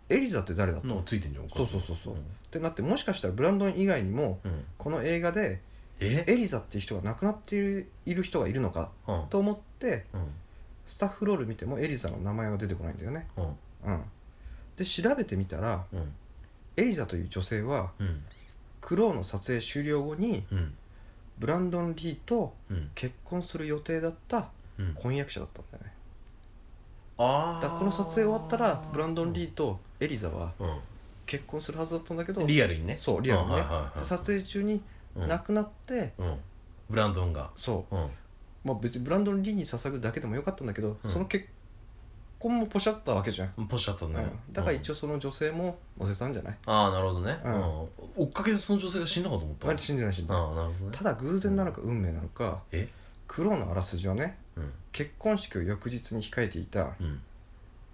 [SPEAKER 1] エリザって誰だ
[SPEAKER 2] なんかついてんじゃんおか
[SPEAKER 1] そう
[SPEAKER 2] ず
[SPEAKER 1] そうそうそう、
[SPEAKER 2] う
[SPEAKER 1] っ
[SPEAKER 2] ん
[SPEAKER 1] てなってもしかしたらブランドン以外にも
[SPEAKER 2] うん
[SPEAKER 1] この映画で
[SPEAKER 2] え
[SPEAKER 1] エリザっていう人が亡くなっているいる人がいるのか
[SPEAKER 2] うん
[SPEAKER 1] と思って
[SPEAKER 2] うん
[SPEAKER 1] スタッフロール見てもエリザの名前は出てこないんだよね
[SPEAKER 2] うん
[SPEAKER 1] うんで調べてみたら
[SPEAKER 2] うん
[SPEAKER 1] エリザという女性は
[SPEAKER 2] うん
[SPEAKER 1] クローの撮影終了後に
[SPEAKER 2] うん
[SPEAKER 1] ブランドン・リーと
[SPEAKER 2] うん
[SPEAKER 1] 結婚する予定だった
[SPEAKER 2] うん
[SPEAKER 1] 婚約者だったんだよね
[SPEAKER 2] あ
[SPEAKER 1] だ
[SPEAKER 2] あ
[SPEAKER 1] からこの撮影終わったらブランドン・リーとエリザは
[SPEAKER 2] ー
[SPEAKER 1] 結婚するはずだったんだけど
[SPEAKER 2] リアルにね
[SPEAKER 1] そうリアルにね
[SPEAKER 2] あはいはいはい
[SPEAKER 1] で撮影中に
[SPEAKER 2] うん
[SPEAKER 1] なくなって
[SPEAKER 2] うんブランドンが
[SPEAKER 1] そ
[SPEAKER 2] うん
[SPEAKER 1] う、まあ、別にブランドのリーに捧ぐだけでもよかったんだけど、
[SPEAKER 2] うん
[SPEAKER 1] その結婚もポシャったわけじゃん、
[SPEAKER 2] ポシャった
[SPEAKER 1] うん
[SPEAKER 2] ね、
[SPEAKER 1] だから一
[SPEAKER 2] 応、
[SPEAKER 1] 応その女性も載せたんじゃない、
[SPEAKER 2] ああなるほどね、
[SPEAKER 1] う
[SPEAKER 2] うんん追っかけでその女性が死んだかと思った
[SPEAKER 1] マジ信じないし、
[SPEAKER 2] ああなるほどね
[SPEAKER 1] ただ偶然なのか運命なのか
[SPEAKER 2] え
[SPEAKER 1] 苦労のあらすじはね
[SPEAKER 2] うん
[SPEAKER 1] 結婚式を翌日に控えていた
[SPEAKER 2] うん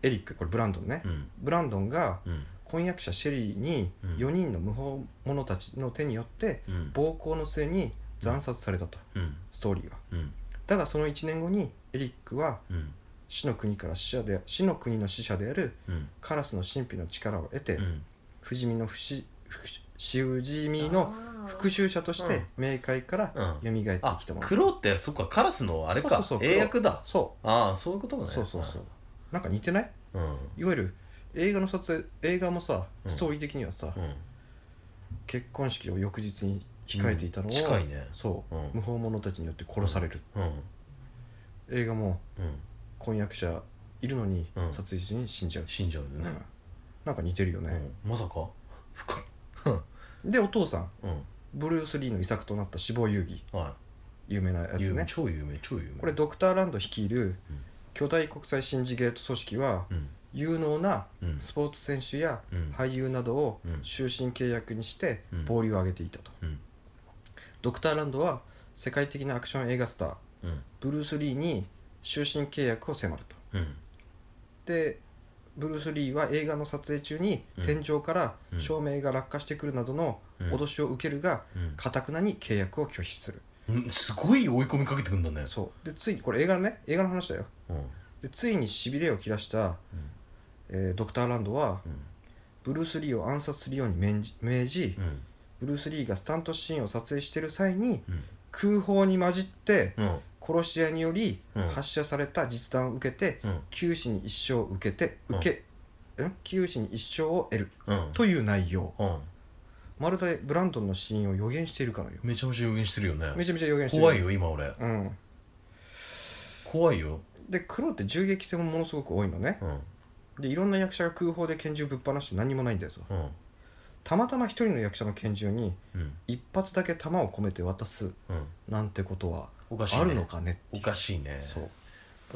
[SPEAKER 1] エリックこれブランドンね、
[SPEAKER 2] うん
[SPEAKER 1] ブランドンが
[SPEAKER 2] うん
[SPEAKER 1] 婚約者シェリーに
[SPEAKER 2] うん
[SPEAKER 1] 4人の無法者たちの手によって
[SPEAKER 2] うん
[SPEAKER 1] 暴行の末に惨殺されたと
[SPEAKER 2] うん
[SPEAKER 1] ストーリーは
[SPEAKER 2] うん
[SPEAKER 1] だがその1年後にエリックは
[SPEAKER 2] うん
[SPEAKER 1] 死の国から死者で死の国の死者である
[SPEAKER 2] うん
[SPEAKER 1] カラスの神秘の力を得て、
[SPEAKER 2] うん
[SPEAKER 1] 不死身の不死不死不死身の復讐者として冥界から蘇って
[SPEAKER 2] あ
[SPEAKER 1] きたもの、
[SPEAKER 2] クロってそっかカラスのあれか
[SPEAKER 1] そうそうそう黒
[SPEAKER 2] 英訳だ
[SPEAKER 1] そ
[SPEAKER 2] ああそういうことね
[SPEAKER 1] うそうそうそうなんか似てない
[SPEAKER 2] うん
[SPEAKER 1] いわゆる映画の撮影映画もさ
[SPEAKER 2] うん
[SPEAKER 1] ストーリー的にはさ、
[SPEAKER 2] うん
[SPEAKER 1] 結婚式を翌日に控えていたのを、
[SPEAKER 2] 近いね
[SPEAKER 1] そう、
[SPEAKER 2] うん
[SPEAKER 1] 無法者たちによって殺される、
[SPEAKER 2] うん
[SPEAKER 1] 映画も
[SPEAKER 2] うん
[SPEAKER 1] 婚約者いるのに、
[SPEAKER 2] うん
[SPEAKER 1] 撮影中に死んじゃう、
[SPEAKER 2] 死んじゃうよ
[SPEAKER 1] う
[SPEAKER 2] ね
[SPEAKER 1] んなんか似てるよね、
[SPEAKER 2] うんまさかふか
[SPEAKER 1] でお父さん
[SPEAKER 2] うん
[SPEAKER 1] ブルース・リーの遺作となった死亡遊戯
[SPEAKER 2] は
[SPEAKER 1] 有名なや
[SPEAKER 2] い
[SPEAKER 1] つ
[SPEAKER 2] 有名
[SPEAKER 1] ね
[SPEAKER 2] 超有名超有名
[SPEAKER 1] これドクター・ランド率いる
[SPEAKER 2] うん
[SPEAKER 1] 巨大国際シンジゲート組織は
[SPEAKER 2] うん
[SPEAKER 1] 有能な
[SPEAKER 2] うん
[SPEAKER 1] スポーツ選手や
[SPEAKER 2] うん
[SPEAKER 1] 俳優などを
[SPEAKER 2] うん
[SPEAKER 1] 終身契約にして
[SPEAKER 2] うん
[SPEAKER 1] 暴利を上げていたと
[SPEAKER 2] うん
[SPEAKER 1] ドクター・ランドは世界的なアクション映画スター
[SPEAKER 2] うん
[SPEAKER 1] ブルース・リーに終身契約を迫ると
[SPEAKER 2] うん
[SPEAKER 1] でブルース・リーは映画の撮影中に
[SPEAKER 2] うん
[SPEAKER 1] 天井から
[SPEAKER 2] うん
[SPEAKER 1] 照明が落下してくるなどの
[SPEAKER 2] うん
[SPEAKER 1] 脅しを受けるが
[SPEAKER 2] うん
[SPEAKER 1] かたくなに契約を拒否する
[SPEAKER 2] うんすごい追い込みかけてくんだね
[SPEAKER 1] そうでついにこれ映画ね映画の話だよ
[SPEAKER 2] うんうん
[SPEAKER 1] でついにしびれを切らした、えードクター・ランドはブルース・リーを暗殺するように命じ命じ
[SPEAKER 2] うん
[SPEAKER 1] ブルース・リーがスタントシーンを撮影している際に
[SPEAKER 2] うん
[SPEAKER 1] 空砲に混じって
[SPEAKER 2] うん
[SPEAKER 1] 殺し屋により
[SPEAKER 2] うん
[SPEAKER 1] 発射された実弾を受けて
[SPEAKER 2] うん
[SPEAKER 1] 九死に一生を受けて受け、ん、九死に一生を得る
[SPEAKER 2] うん
[SPEAKER 1] という内容
[SPEAKER 2] うん
[SPEAKER 1] まるでブランドンの死因を予言しているかのよう
[SPEAKER 2] めちゃめちゃ予言してるよね
[SPEAKER 1] めちゃめちゃ予言してる
[SPEAKER 2] 怖いよ今俺
[SPEAKER 1] うん、
[SPEAKER 2] 怖いよ
[SPEAKER 1] で黒って銃撃戦もものすごく多いのね
[SPEAKER 2] うん
[SPEAKER 1] でいろんな役者が空砲で拳銃ぶっ放して何もないんだよと
[SPEAKER 2] うん
[SPEAKER 1] たまたま一人の役者の拳銃に
[SPEAKER 2] うん
[SPEAKER 1] 一発だけ弾を込めて渡す
[SPEAKER 2] うん
[SPEAKER 1] なんてことは
[SPEAKER 2] おかしいね
[SPEAKER 1] あるのかねって
[SPEAKER 2] お
[SPEAKER 1] いう
[SPEAKER 2] かしいね
[SPEAKER 1] そ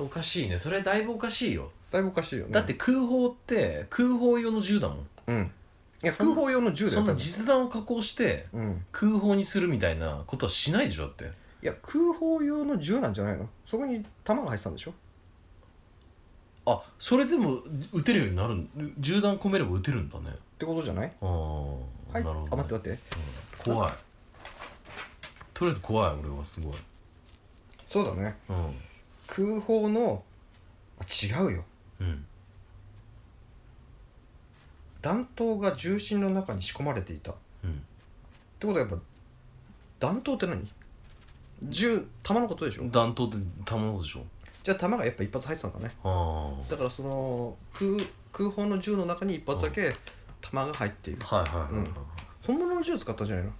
[SPEAKER 1] う
[SPEAKER 2] おかしいねそれだいぶおかしいよ
[SPEAKER 1] だいぶおかしいよね
[SPEAKER 2] だって空砲って空砲用の銃だもん
[SPEAKER 1] うんいや
[SPEAKER 2] そん
[SPEAKER 1] 空砲用の銃だよ
[SPEAKER 2] そんな
[SPEAKER 1] 多分
[SPEAKER 2] 実弾を加工して
[SPEAKER 1] うん
[SPEAKER 2] 空砲にするみたいなことはしないでしょだって
[SPEAKER 1] いや空砲用の銃なんじゃないのそこに弾が入ってたんでしょ
[SPEAKER 2] あそれでも撃てるようになるん銃弾込めれば撃てるんだね
[SPEAKER 1] ってことじゃない
[SPEAKER 2] ああ、
[SPEAKER 1] はい
[SPEAKER 2] なるほど、ね、
[SPEAKER 1] あ待って待って
[SPEAKER 2] うん怖いとりあえず怖い俺はすごい
[SPEAKER 1] そうだね
[SPEAKER 2] うん
[SPEAKER 1] 空砲のあ違うよ
[SPEAKER 2] うん
[SPEAKER 1] 弾頭が重心の中に仕込まれていたっ
[SPEAKER 2] うん
[SPEAKER 1] てことはやっぱ弾頭って何銃弾のことでしょ
[SPEAKER 2] 弾頭って弾のことでしょ
[SPEAKER 1] じゃあ弾がやっぱ一発入ってたんだね
[SPEAKER 2] あ
[SPEAKER 1] だからその空空砲の銃の中に一発だけ弾が入っている
[SPEAKER 2] あはいはいはい、はい
[SPEAKER 1] うん本物の銃使ったんじゃないの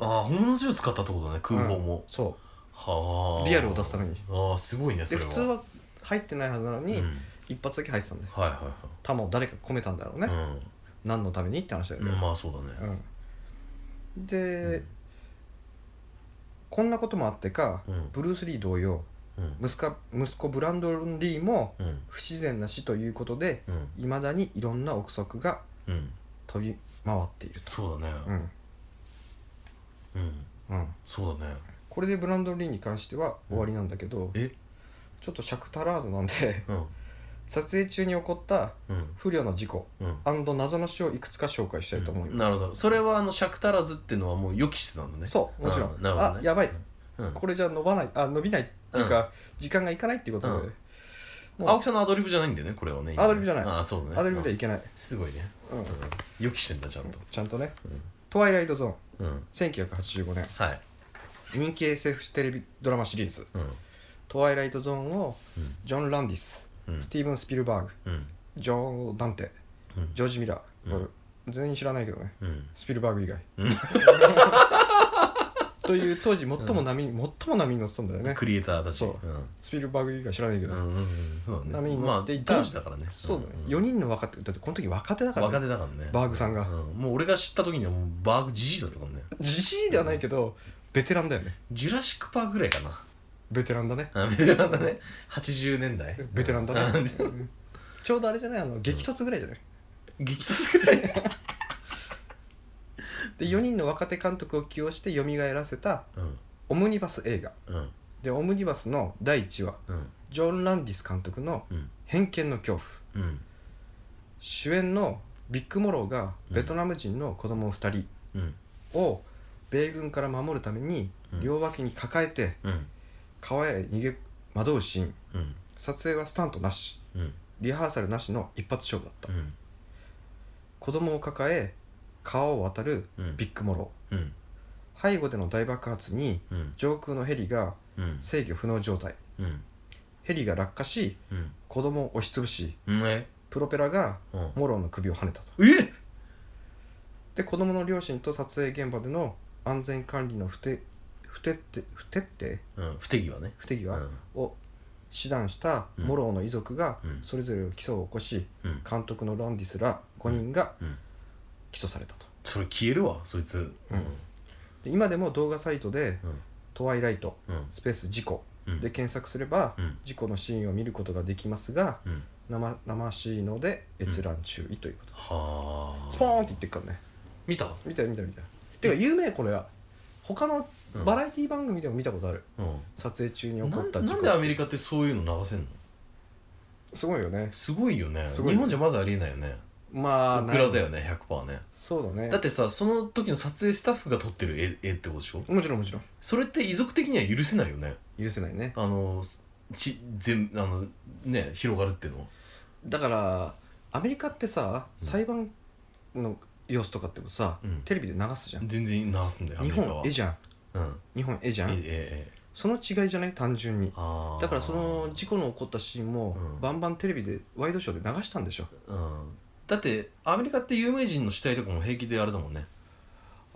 [SPEAKER 2] ああ本物の銃使ったってことだね空砲も、
[SPEAKER 1] そ
[SPEAKER 2] は
[SPEAKER 1] う
[SPEAKER 2] あ
[SPEAKER 1] リアルを出すために
[SPEAKER 2] ああすごいねそ
[SPEAKER 1] で
[SPEAKER 2] れは
[SPEAKER 1] 普通は入ってないはずなのに、
[SPEAKER 2] うん
[SPEAKER 1] 一発だけ入ってたんだよ
[SPEAKER 2] はいはい
[SPEAKER 1] 弾を誰か込めたんだろうね、
[SPEAKER 2] はい、
[SPEAKER 1] 何のためにって話だよ
[SPEAKER 2] うん、
[SPEAKER 1] ね、
[SPEAKER 2] まあそうだね
[SPEAKER 1] うんで、こんなこともあってか、
[SPEAKER 2] うん
[SPEAKER 1] ブルース・リー同様
[SPEAKER 2] うん
[SPEAKER 1] 息子息子ブランドン・リーも
[SPEAKER 2] うん
[SPEAKER 1] 不自然な死ということで
[SPEAKER 2] うん
[SPEAKER 1] いまだにいろんな憶測が
[SPEAKER 2] うん
[SPEAKER 1] 飛び回っていると
[SPEAKER 2] そうだね
[SPEAKER 1] うん
[SPEAKER 2] うん
[SPEAKER 1] うん
[SPEAKER 2] そうだね
[SPEAKER 1] これでブランドン・リーに関しては終わりなんだけど、
[SPEAKER 2] え
[SPEAKER 1] ちょっと尺足らずなんで
[SPEAKER 2] うん
[SPEAKER 1] 撮影中に起こった
[SPEAKER 2] うん
[SPEAKER 1] 不慮の事故
[SPEAKER 2] うん
[SPEAKER 1] 謎の死をいくつか紹介したいと思います、
[SPEAKER 2] なるほどそれはあの尺足らずっていうのはもう予期してたんだね
[SPEAKER 1] そうもちろん、
[SPEAKER 2] うんなるほどね
[SPEAKER 1] あやばい
[SPEAKER 2] うん
[SPEAKER 1] これじゃ伸ばないあ伸びないっていうか、時間がいかないっていうことで、もう
[SPEAKER 2] 青木さんのアドリブじゃないんだよねこれはね
[SPEAKER 1] アドリブじゃない
[SPEAKER 2] ああそうだね
[SPEAKER 1] アドリブで
[SPEAKER 2] うん
[SPEAKER 1] いけない、
[SPEAKER 2] すごいね
[SPEAKER 1] うん
[SPEAKER 2] うん予期してんだちゃんと
[SPEAKER 1] ちゃんとね
[SPEAKER 2] うん
[SPEAKER 1] 「トワイライトゾ
[SPEAKER 2] うん
[SPEAKER 1] ーン」1985年
[SPEAKER 2] はい
[SPEAKER 1] 人気 SF テレビドラマシリーズ
[SPEAKER 2] うん
[SPEAKER 1] 「トワイライトゾーン」を
[SPEAKER 2] うん
[SPEAKER 1] ジョン・ランディス、
[SPEAKER 2] うん
[SPEAKER 1] スティーブン・スピルバーグ
[SPEAKER 2] うん
[SPEAKER 1] ジョー・ダンテ
[SPEAKER 2] うん
[SPEAKER 1] ジョージ・ミラー、
[SPEAKER 2] うん
[SPEAKER 1] これ全員知らないけどね
[SPEAKER 2] うん
[SPEAKER 1] スピルバーグ以外、
[SPEAKER 2] うん
[SPEAKER 1] という当時最も波に、最も波に乗ってたんだよね
[SPEAKER 2] クリエイターたち
[SPEAKER 1] そうスピルバーグ以外知らないけ
[SPEAKER 2] うん
[SPEAKER 1] ど、
[SPEAKER 2] うんうんうんそうだ
[SPEAKER 1] 波
[SPEAKER 2] ね
[SPEAKER 1] に
[SPEAKER 2] ま
[SPEAKER 1] 乗
[SPEAKER 2] あ
[SPEAKER 1] っていた
[SPEAKER 2] 当時だからね
[SPEAKER 1] そうだね、
[SPEAKER 2] ん
[SPEAKER 1] 4人の若手だってこの時若手だから、
[SPEAKER 2] 若
[SPEAKER 1] ね、
[SPEAKER 2] 手だからね
[SPEAKER 1] バーグさんが
[SPEAKER 2] うんもう俺が知った時にはもうバーグじじいだったからね
[SPEAKER 1] じじいではないけど、ベテランだよね
[SPEAKER 2] ジュラシック・パークぐらいかな
[SPEAKER 1] ベテランだね
[SPEAKER 2] あベテランだね80年代
[SPEAKER 1] ベテランだね、
[SPEAKER 2] うん
[SPEAKER 1] うん ちょうどあれじゃないあの激突ぐらいじゃない、
[SPEAKER 2] 激突ぐらい
[SPEAKER 1] で4人の若手監督を起用して蘇らせた
[SPEAKER 2] うん
[SPEAKER 1] オムニバス映画
[SPEAKER 2] うん
[SPEAKER 1] でオムニバスの第1話
[SPEAKER 2] うん
[SPEAKER 1] ジョン・ランディス監督の
[SPEAKER 2] うん
[SPEAKER 1] 「偏見の恐怖
[SPEAKER 2] うん」
[SPEAKER 1] 主演のビッグ・モローがベトナム人の子供2人
[SPEAKER 2] うん
[SPEAKER 1] を米軍から守るために
[SPEAKER 2] うん
[SPEAKER 1] 両脇に抱えて
[SPEAKER 2] うん
[SPEAKER 1] 川へ逃げ惑うシーン
[SPEAKER 2] うん
[SPEAKER 1] 撮影はスタントなし
[SPEAKER 2] うん
[SPEAKER 1] リハーサルなしの一発勝負だった、
[SPEAKER 2] うん
[SPEAKER 1] 子供を抱え川を渡る
[SPEAKER 2] うん
[SPEAKER 1] ビッグモロ
[SPEAKER 2] うん
[SPEAKER 1] ー背後での大爆発に
[SPEAKER 2] うん
[SPEAKER 1] 上空のヘリが
[SPEAKER 2] うん
[SPEAKER 1] 制御不能状態
[SPEAKER 2] うん
[SPEAKER 1] ヘリが落下し
[SPEAKER 2] うん
[SPEAKER 1] 子供を押しつぶし
[SPEAKER 2] うんえ
[SPEAKER 1] プロペラが
[SPEAKER 2] うん
[SPEAKER 1] モローの首を跳ねたと
[SPEAKER 2] え
[SPEAKER 1] で子供の両親と撮影現場での安全管理の不手不手って不手って
[SPEAKER 2] うん不手際ね
[SPEAKER 1] 不手
[SPEAKER 2] う
[SPEAKER 1] 際
[SPEAKER 2] ん
[SPEAKER 1] を指南した
[SPEAKER 2] うん
[SPEAKER 1] モローの遺族が
[SPEAKER 2] うん
[SPEAKER 1] それぞれの起訴を起こし
[SPEAKER 2] うん
[SPEAKER 1] 監督のランディスら5人が
[SPEAKER 2] うん
[SPEAKER 1] 起訴されたと
[SPEAKER 2] それ消えるわそいつ
[SPEAKER 1] うんで今でも動画サイトで
[SPEAKER 2] うん
[SPEAKER 1] 「トワイライト
[SPEAKER 2] うん
[SPEAKER 1] スペース事故
[SPEAKER 2] うん」
[SPEAKER 1] で検索すれば
[SPEAKER 2] うん
[SPEAKER 1] 事故のシーンを見ることができますが
[SPEAKER 2] うん
[SPEAKER 1] 生々しいので閲覧注意ということで
[SPEAKER 2] はあ
[SPEAKER 1] スポーンって言ってっからね
[SPEAKER 2] 見た
[SPEAKER 1] 見たよ見たよ見たよてか有名これは他の
[SPEAKER 2] うん
[SPEAKER 1] バラエティ番組でも見たことある
[SPEAKER 2] うん
[SPEAKER 1] 撮影中に起こった
[SPEAKER 2] な
[SPEAKER 1] 事故
[SPEAKER 2] なんでアメリカってそういうの流せんの
[SPEAKER 1] すごいよね
[SPEAKER 2] すごいよね
[SPEAKER 1] すごい
[SPEAKER 2] 日本じゃまずありえないよね
[SPEAKER 1] まあ
[SPEAKER 2] オクラだ
[SPEAKER 1] ない
[SPEAKER 2] よね100%ね
[SPEAKER 1] そうだね
[SPEAKER 2] だってさその時の撮影スタッフが撮ってる絵絵ってことでしょ
[SPEAKER 1] もちろんもちろん
[SPEAKER 2] それって遺族的には許せないよね
[SPEAKER 1] 許せないね
[SPEAKER 2] あのち全あのね広がるっていうのは
[SPEAKER 1] だからアメリカってさ
[SPEAKER 2] うん
[SPEAKER 1] 裁判の様子とかってもさ、
[SPEAKER 2] うん
[SPEAKER 1] テレビで流すじゃん
[SPEAKER 2] 全然流すんだよアメ
[SPEAKER 1] 日
[SPEAKER 2] リカ
[SPEAKER 1] 本
[SPEAKER 2] は
[SPEAKER 1] 絵じゃん
[SPEAKER 2] うん
[SPEAKER 1] 日本絵じ
[SPEAKER 2] え
[SPEAKER 1] ゃ
[SPEAKER 2] え
[SPEAKER 1] ん
[SPEAKER 2] ええ
[SPEAKER 1] その違いじゃない単純に
[SPEAKER 2] あー
[SPEAKER 1] だからその事故の起こったシーンも、
[SPEAKER 2] うん
[SPEAKER 1] バンバンテレビでワイドショーで流したんでしょ
[SPEAKER 2] うんだってアメリカって有名人の死体とかも平気であれだもんね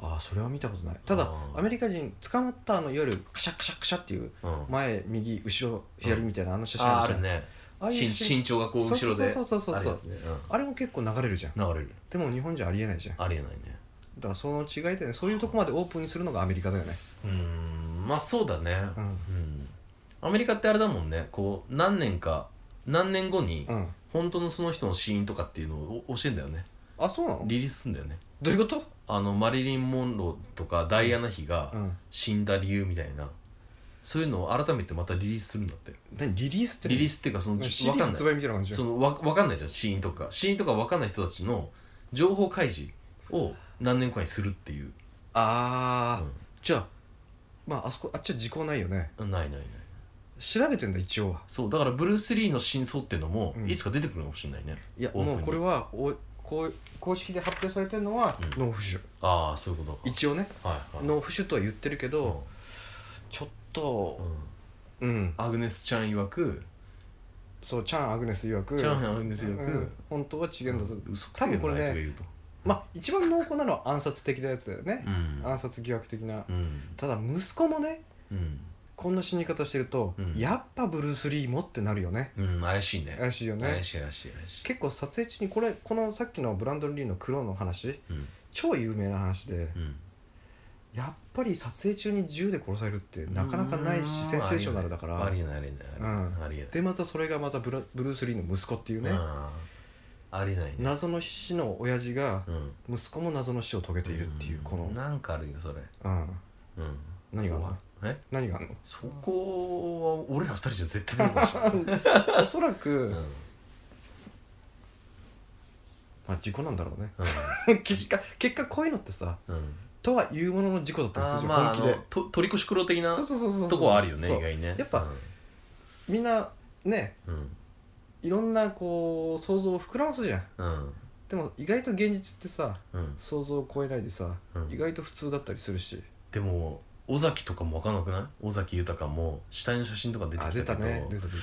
[SPEAKER 1] ああそれは見たことないただ
[SPEAKER 2] あー
[SPEAKER 1] アメリカ人捕まったあのいわゆるカシャカシャカシャっていう
[SPEAKER 2] うん
[SPEAKER 1] 前右後ろ左みたいなあの写真
[SPEAKER 2] あー
[SPEAKER 1] る
[SPEAKER 2] あ
[SPEAKER 1] じゃ
[SPEAKER 2] る
[SPEAKER 1] ん
[SPEAKER 2] ね
[SPEAKER 1] ああいう
[SPEAKER 2] 身
[SPEAKER 1] 写真
[SPEAKER 2] 身長がこう後ろで
[SPEAKER 1] そうそうそうそうそう
[SPEAKER 2] あるやつね
[SPEAKER 1] あれも結構流れるじゃん
[SPEAKER 2] うん流れる
[SPEAKER 1] でも日本じゃありえないじゃんだ
[SPEAKER 2] ありえないね
[SPEAKER 1] からその違いでねそういうとこまでオープンにするのがアメリカだよね
[SPEAKER 2] うーんまあそうだね
[SPEAKER 1] う
[SPEAKER 2] うんアメリカってあれだもんねこう何年か何年後に
[SPEAKER 1] んうん
[SPEAKER 2] 本当のその人の死因とかっていうのをお教えんだよね
[SPEAKER 1] あそうなの
[SPEAKER 2] リリースすんだよね
[SPEAKER 1] どういうこと
[SPEAKER 2] あのマリリン・モンローとかダイアナ妃が
[SPEAKER 1] うん
[SPEAKER 2] 死んだ理由みたいなそういうのを改めてまたリリースするんだって
[SPEAKER 1] 何リリースって
[SPEAKER 2] リリー
[SPEAKER 1] ス
[SPEAKER 2] スっていうかそのわ
[SPEAKER 1] CD
[SPEAKER 2] かんな
[SPEAKER 1] 発
[SPEAKER 2] い
[SPEAKER 1] 売みたいな感じじ
[SPEAKER 2] そ
[SPEAKER 1] ゃん
[SPEAKER 2] のわわかんないじゃん死因とか死因とかわかんない人たちの情報開示を何年かにするっていう
[SPEAKER 1] ああ、じゃあまああそこあっちは時効ないよね
[SPEAKER 2] うんないないない
[SPEAKER 1] 調べてんだ一応は
[SPEAKER 2] そうだからブルース・リーの真相ってのも
[SPEAKER 1] うん
[SPEAKER 2] いつか出てくるかもしれないね、
[SPEAKER 1] いや
[SPEAKER 2] オープン
[SPEAKER 1] も
[SPEAKER 2] に
[SPEAKER 1] うこれはおこう公式で発表されてるのは、
[SPEAKER 2] うん
[SPEAKER 1] ノーフシュ
[SPEAKER 2] ああそういうことか
[SPEAKER 1] 一応ね
[SPEAKER 2] はいはい
[SPEAKER 1] ノーフシュとは言ってるけど、ちょっと
[SPEAKER 2] うんうん
[SPEAKER 1] うん
[SPEAKER 2] アグネスちゃん曰く、
[SPEAKER 1] そうチャン・アグネス曰く
[SPEAKER 2] チャンヘンアグネス曰
[SPEAKER 1] う
[SPEAKER 2] く
[SPEAKER 1] ん、本当は違うんだぞ、
[SPEAKER 2] 嘘くせえ
[SPEAKER 1] 多分こ
[SPEAKER 2] な
[SPEAKER 1] れね
[SPEAKER 2] あいつが言うと
[SPEAKER 1] まあ一番濃厚なのは暗殺的なやつだよね
[SPEAKER 2] う、ん
[SPEAKER 1] 暗殺疑惑的な、
[SPEAKER 2] うん
[SPEAKER 1] ただ息子もね
[SPEAKER 2] うん、
[SPEAKER 1] こんな死に方してると、
[SPEAKER 2] うん
[SPEAKER 1] やっぱブルース・リーもってなるよね
[SPEAKER 2] うん、怪しいね
[SPEAKER 1] 怪しいよね
[SPEAKER 2] 怪しい怪しい怪しい
[SPEAKER 1] 結構撮影中にこれこのさっきのブランドン・リーの黒の話
[SPEAKER 2] うん
[SPEAKER 1] 超有名な話で、
[SPEAKER 2] うん
[SPEAKER 1] やっぱり撮影中に銃で殺されるってなかなかないし、
[SPEAKER 2] うん
[SPEAKER 1] センセーショナルだから
[SPEAKER 2] ありえないありえないありえないありえない
[SPEAKER 1] でまたそれがまたブラブルース・リーの息子っていうね、
[SPEAKER 2] うんありえないね
[SPEAKER 1] 謎の死の親父が
[SPEAKER 2] うん
[SPEAKER 1] 息子も謎の死を遂げているっていうこの、
[SPEAKER 2] んなんかあるよそれ
[SPEAKER 1] うん、
[SPEAKER 2] うん
[SPEAKER 1] 何があるの
[SPEAKER 2] え
[SPEAKER 1] 何がある の
[SPEAKER 2] そこは俺ら二人じゃ絶対無理かもし れない
[SPEAKER 1] おそらく、
[SPEAKER 2] うん
[SPEAKER 1] まあ事故なんだろうね
[SPEAKER 2] う ん
[SPEAKER 1] 結果結果こういうのってさ
[SPEAKER 2] うん
[SPEAKER 1] とはいうものの事故だったりす
[SPEAKER 2] あ
[SPEAKER 1] るじゃ
[SPEAKER 2] ー
[SPEAKER 1] ん、
[SPEAKER 2] まああ
[SPEAKER 1] 本気で
[SPEAKER 2] のと取り越し苦労的な
[SPEAKER 1] そうそうそうそう
[SPEAKER 2] とこはあるよね
[SPEAKER 1] そう
[SPEAKER 2] 意外にね
[SPEAKER 1] やっぱみんなね
[SPEAKER 2] うん
[SPEAKER 1] いろんなこう想像を膨らますじゃん
[SPEAKER 2] うん
[SPEAKER 1] でも意外と現実ってさ
[SPEAKER 2] うん
[SPEAKER 1] 想像を超えないでさ、
[SPEAKER 2] うん
[SPEAKER 1] 意外と普通だったりするし
[SPEAKER 2] でも尾崎とかも分かんなくない尾崎豊も死体の写真とか出てき
[SPEAKER 1] あ
[SPEAKER 2] た
[SPEAKER 1] 出
[SPEAKER 2] け
[SPEAKER 1] た
[SPEAKER 2] ど
[SPEAKER 1] ね出た出
[SPEAKER 2] ね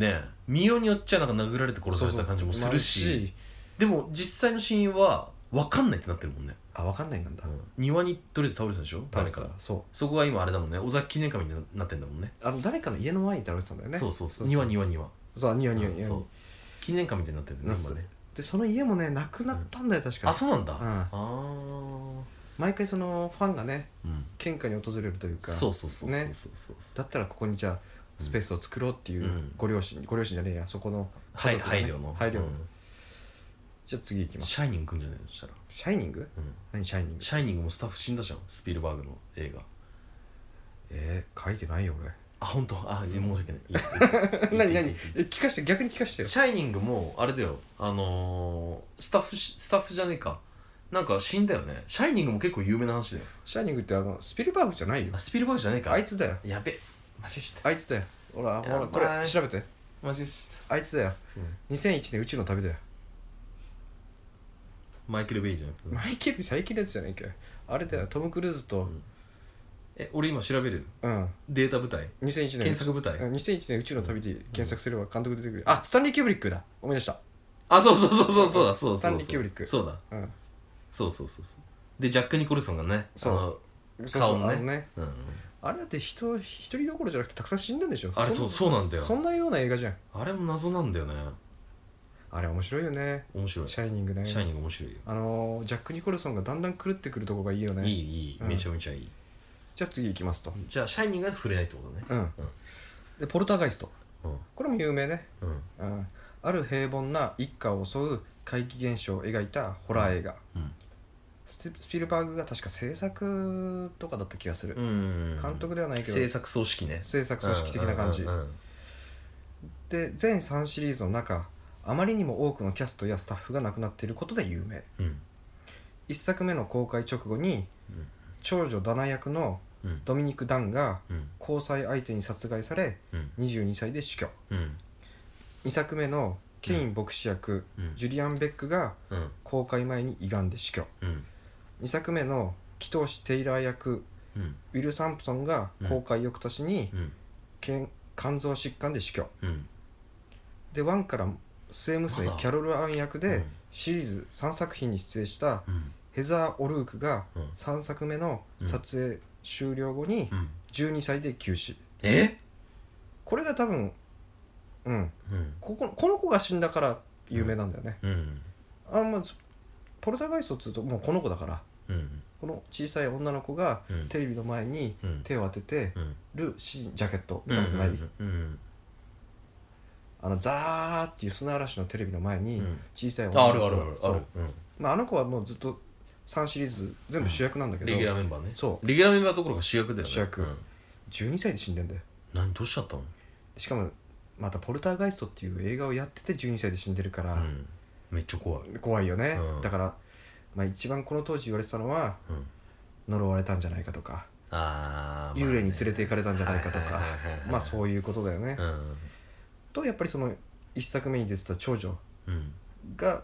[SPEAKER 2] え見ようによっちゃなんか殴られて
[SPEAKER 1] た
[SPEAKER 2] 殺された感じもするし
[SPEAKER 1] そうそう
[SPEAKER 2] でも実際の死因は分かんないってなってるもんね
[SPEAKER 1] あ分かんないなんだ、
[SPEAKER 2] 庭にとりあえず倒れてたでしょ
[SPEAKER 1] 倒
[SPEAKER 2] 誰
[SPEAKER 1] れて
[SPEAKER 2] か
[SPEAKER 1] た
[SPEAKER 2] が
[SPEAKER 1] そ
[SPEAKER 2] そこが今あれだもんね尾崎記念館みたいになってんだもんね
[SPEAKER 1] うあの誰かの家の前に倒れてたんだよね
[SPEAKER 2] そうそうそう
[SPEAKER 1] そう
[SPEAKER 2] 庭庭庭
[SPEAKER 1] そう庭庭庭
[SPEAKER 2] そう記念館みたいになってる
[SPEAKER 1] な
[SPEAKER 2] ね今ね
[SPEAKER 1] でその家もねなくなったんだよ、確か
[SPEAKER 2] あ
[SPEAKER 1] に
[SPEAKER 2] そうなんだ、
[SPEAKER 1] うん
[SPEAKER 2] ああ
[SPEAKER 1] 毎回そのファンがね
[SPEAKER 2] うん
[SPEAKER 1] 県下に訪れるというか
[SPEAKER 2] そうそうそうそう
[SPEAKER 1] ね
[SPEAKER 2] そうそうそう
[SPEAKER 1] だったらここにじゃあスペースを作ろうっていう、
[SPEAKER 2] うん
[SPEAKER 1] ご両親ご両親じゃねえやそこの
[SPEAKER 2] は
[SPEAKER 1] 家
[SPEAKER 2] い
[SPEAKER 1] 族がね
[SPEAKER 2] 配慮の
[SPEAKER 1] 配慮の
[SPEAKER 2] うん
[SPEAKER 1] じゃあ次行きます
[SPEAKER 2] シャイニングくんじゃないのそしたら、
[SPEAKER 1] シャイニング
[SPEAKER 2] うん、
[SPEAKER 1] 何シャイニング
[SPEAKER 2] シャイニングもスタッフ死んだじゃんスピルバーグの映画
[SPEAKER 1] えー、書いてないよ俺
[SPEAKER 2] あ本当あ申し訳ないい い
[SPEAKER 1] 何
[SPEAKER 2] いいいいい
[SPEAKER 1] 何
[SPEAKER 2] い
[SPEAKER 1] え聞かして逆に聞かしてよ
[SPEAKER 2] シャイニングもあれだよあのー、スタッフしスタッフじゃねえかなんか死んだよねシャイニングも結構有名な話だよ
[SPEAKER 1] シャイニングってあのスピルバーグじゃないよ
[SPEAKER 2] あスピルバーグじゃねえか
[SPEAKER 1] あいつだよ
[SPEAKER 2] やべマジした
[SPEAKER 1] あいつだよほらほ
[SPEAKER 2] やば
[SPEAKER 1] ら
[SPEAKER 2] い
[SPEAKER 1] これ調べて
[SPEAKER 2] マジした、
[SPEAKER 1] あいつだよ2001年宇宙の旅だよ
[SPEAKER 2] マイケル・ベイじゃなくて
[SPEAKER 1] マイケル最近のやつじゃねえかよあれだよトム・クルーズと
[SPEAKER 2] え俺今調べれる
[SPEAKER 1] うん、
[SPEAKER 2] データ舞台
[SPEAKER 1] 2001年
[SPEAKER 2] 検索舞台、
[SPEAKER 1] うん2001年宇宙の旅で検索すれば監督出てくるあスタンリー・キューブリックだ思い出した
[SPEAKER 2] あそうそうそうそうそうだそうそうそう
[SPEAKER 1] スタンリーキューブリック
[SPEAKER 2] そうだ
[SPEAKER 1] うん
[SPEAKER 2] そうそうそうそうでジャック・ニコルソンがね
[SPEAKER 1] そうそうそう
[SPEAKER 2] 顔ね
[SPEAKER 1] あのね
[SPEAKER 2] あのうん、
[SPEAKER 1] あれだって人一人どころじゃなくてたくさん死んだんでしょ
[SPEAKER 2] あれそうそうなんだよ
[SPEAKER 1] そんなような映画じゃん
[SPEAKER 2] あれも謎なんだよね
[SPEAKER 1] あれ面白いよね
[SPEAKER 2] 面白いシ
[SPEAKER 1] シャイニングね
[SPEAKER 2] ャイニング面白いよ
[SPEAKER 1] あのージャック・ニコルソンがだんだん狂ってくるとこがいいよね
[SPEAKER 2] いいいい
[SPEAKER 1] うん
[SPEAKER 2] めちゃめちゃいい、
[SPEAKER 1] じゃあ次行きますと
[SPEAKER 2] じゃあシャイニングは触れないってことね
[SPEAKER 1] うん、でポルターガイスト
[SPEAKER 2] う
[SPEAKER 1] これも有名ね、
[SPEAKER 2] んうん
[SPEAKER 1] うん、ある平凡な一家を襲う怪奇現象を描いたホラー映画、
[SPEAKER 2] うん
[SPEAKER 1] ステスピルバーグが確か制作とかだった気がする、
[SPEAKER 2] うん
[SPEAKER 1] 監督ではないけど
[SPEAKER 2] 制作組織ね
[SPEAKER 1] 制作組織的な感じ、
[SPEAKER 2] うんうんうん
[SPEAKER 1] で全3シリーズの中あまりにも多くのキャストやスタッフが亡くなっていることで有名
[SPEAKER 2] うん
[SPEAKER 1] 1作目の公開直後に
[SPEAKER 2] うん
[SPEAKER 1] 長女ダナ役の
[SPEAKER 2] うん
[SPEAKER 1] ドミニク・ダンが
[SPEAKER 2] うん
[SPEAKER 1] 交際相手に殺害され
[SPEAKER 2] うん
[SPEAKER 1] 22歳で死去
[SPEAKER 2] うん
[SPEAKER 1] 2作目のケイン牧師役、
[SPEAKER 2] うん
[SPEAKER 1] ジュリアン・ベックが
[SPEAKER 2] うん
[SPEAKER 1] 公開前に胃がんで死去
[SPEAKER 2] うん
[SPEAKER 1] 2作目の祈祷師テイラー役
[SPEAKER 2] うん
[SPEAKER 1] ウィル・サンプソンが公開翌年に
[SPEAKER 2] うん
[SPEAKER 1] けん肝臓疾患で死去
[SPEAKER 2] うん
[SPEAKER 1] で1から末娘
[SPEAKER 2] まだ
[SPEAKER 1] キャロル・アン役
[SPEAKER 2] う
[SPEAKER 1] で
[SPEAKER 2] ん
[SPEAKER 1] シリーズ3作品に出演した
[SPEAKER 2] うん
[SPEAKER 1] ヘザー・オルークが
[SPEAKER 2] うん
[SPEAKER 1] 3作目の撮影終了後に
[SPEAKER 2] うん
[SPEAKER 1] 12歳で急死
[SPEAKER 2] え
[SPEAKER 1] これが多分うん
[SPEAKER 2] うん
[SPEAKER 1] こここの子が死んだから有名なんだよね、
[SPEAKER 2] うん
[SPEAKER 1] あんまポルターガイストっつうともうこの子だから
[SPEAKER 2] うん
[SPEAKER 1] この小さい女の子が
[SPEAKER 2] うん
[SPEAKER 1] テレビの前に
[SPEAKER 2] うん
[SPEAKER 1] 手を当てて
[SPEAKER 2] うん
[SPEAKER 1] るシーンジャケット見たことない、
[SPEAKER 2] うんうん
[SPEAKER 1] あのザーっていう砂嵐のテレビの前
[SPEAKER 2] う
[SPEAKER 1] に
[SPEAKER 2] んうん
[SPEAKER 1] 小さい女の
[SPEAKER 2] あ
[SPEAKER 1] 子
[SPEAKER 2] あるあるある
[SPEAKER 1] そ
[SPEAKER 2] あ
[SPEAKER 1] う
[SPEAKER 2] るうん
[SPEAKER 1] まあ、あの子はもうずっと3シリーズ全部主役なんだけど、
[SPEAKER 2] レギュラーメンバーね
[SPEAKER 1] そう
[SPEAKER 2] レギュラーメンバーどころか主役だよね
[SPEAKER 1] 主役
[SPEAKER 2] うん
[SPEAKER 1] 12歳で死んでんだよ
[SPEAKER 2] 何どうしちゃったの
[SPEAKER 1] しかもまた「ポルターガイスト」っていう映画をやってて12歳で死んでるから、
[SPEAKER 2] うんめっちゃ怖い
[SPEAKER 1] 怖いよね、
[SPEAKER 2] うん
[SPEAKER 1] だから、まあ、一番この当時言われてたのは
[SPEAKER 2] うん
[SPEAKER 1] 呪われたんじゃないかとか、
[SPEAKER 2] あー
[SPEAKER 1] 幽霊に連れ
[SPEAKER 2] て
[SPEAKER 1] て行かれたんじゃないかとかまあそうういうことだよね、
[SPEAKER 2] うん
[SPEAKER 1] とやっぱりその1作目に出てた長女
[SPEAKER 2] うん
[SPEAKER 1] が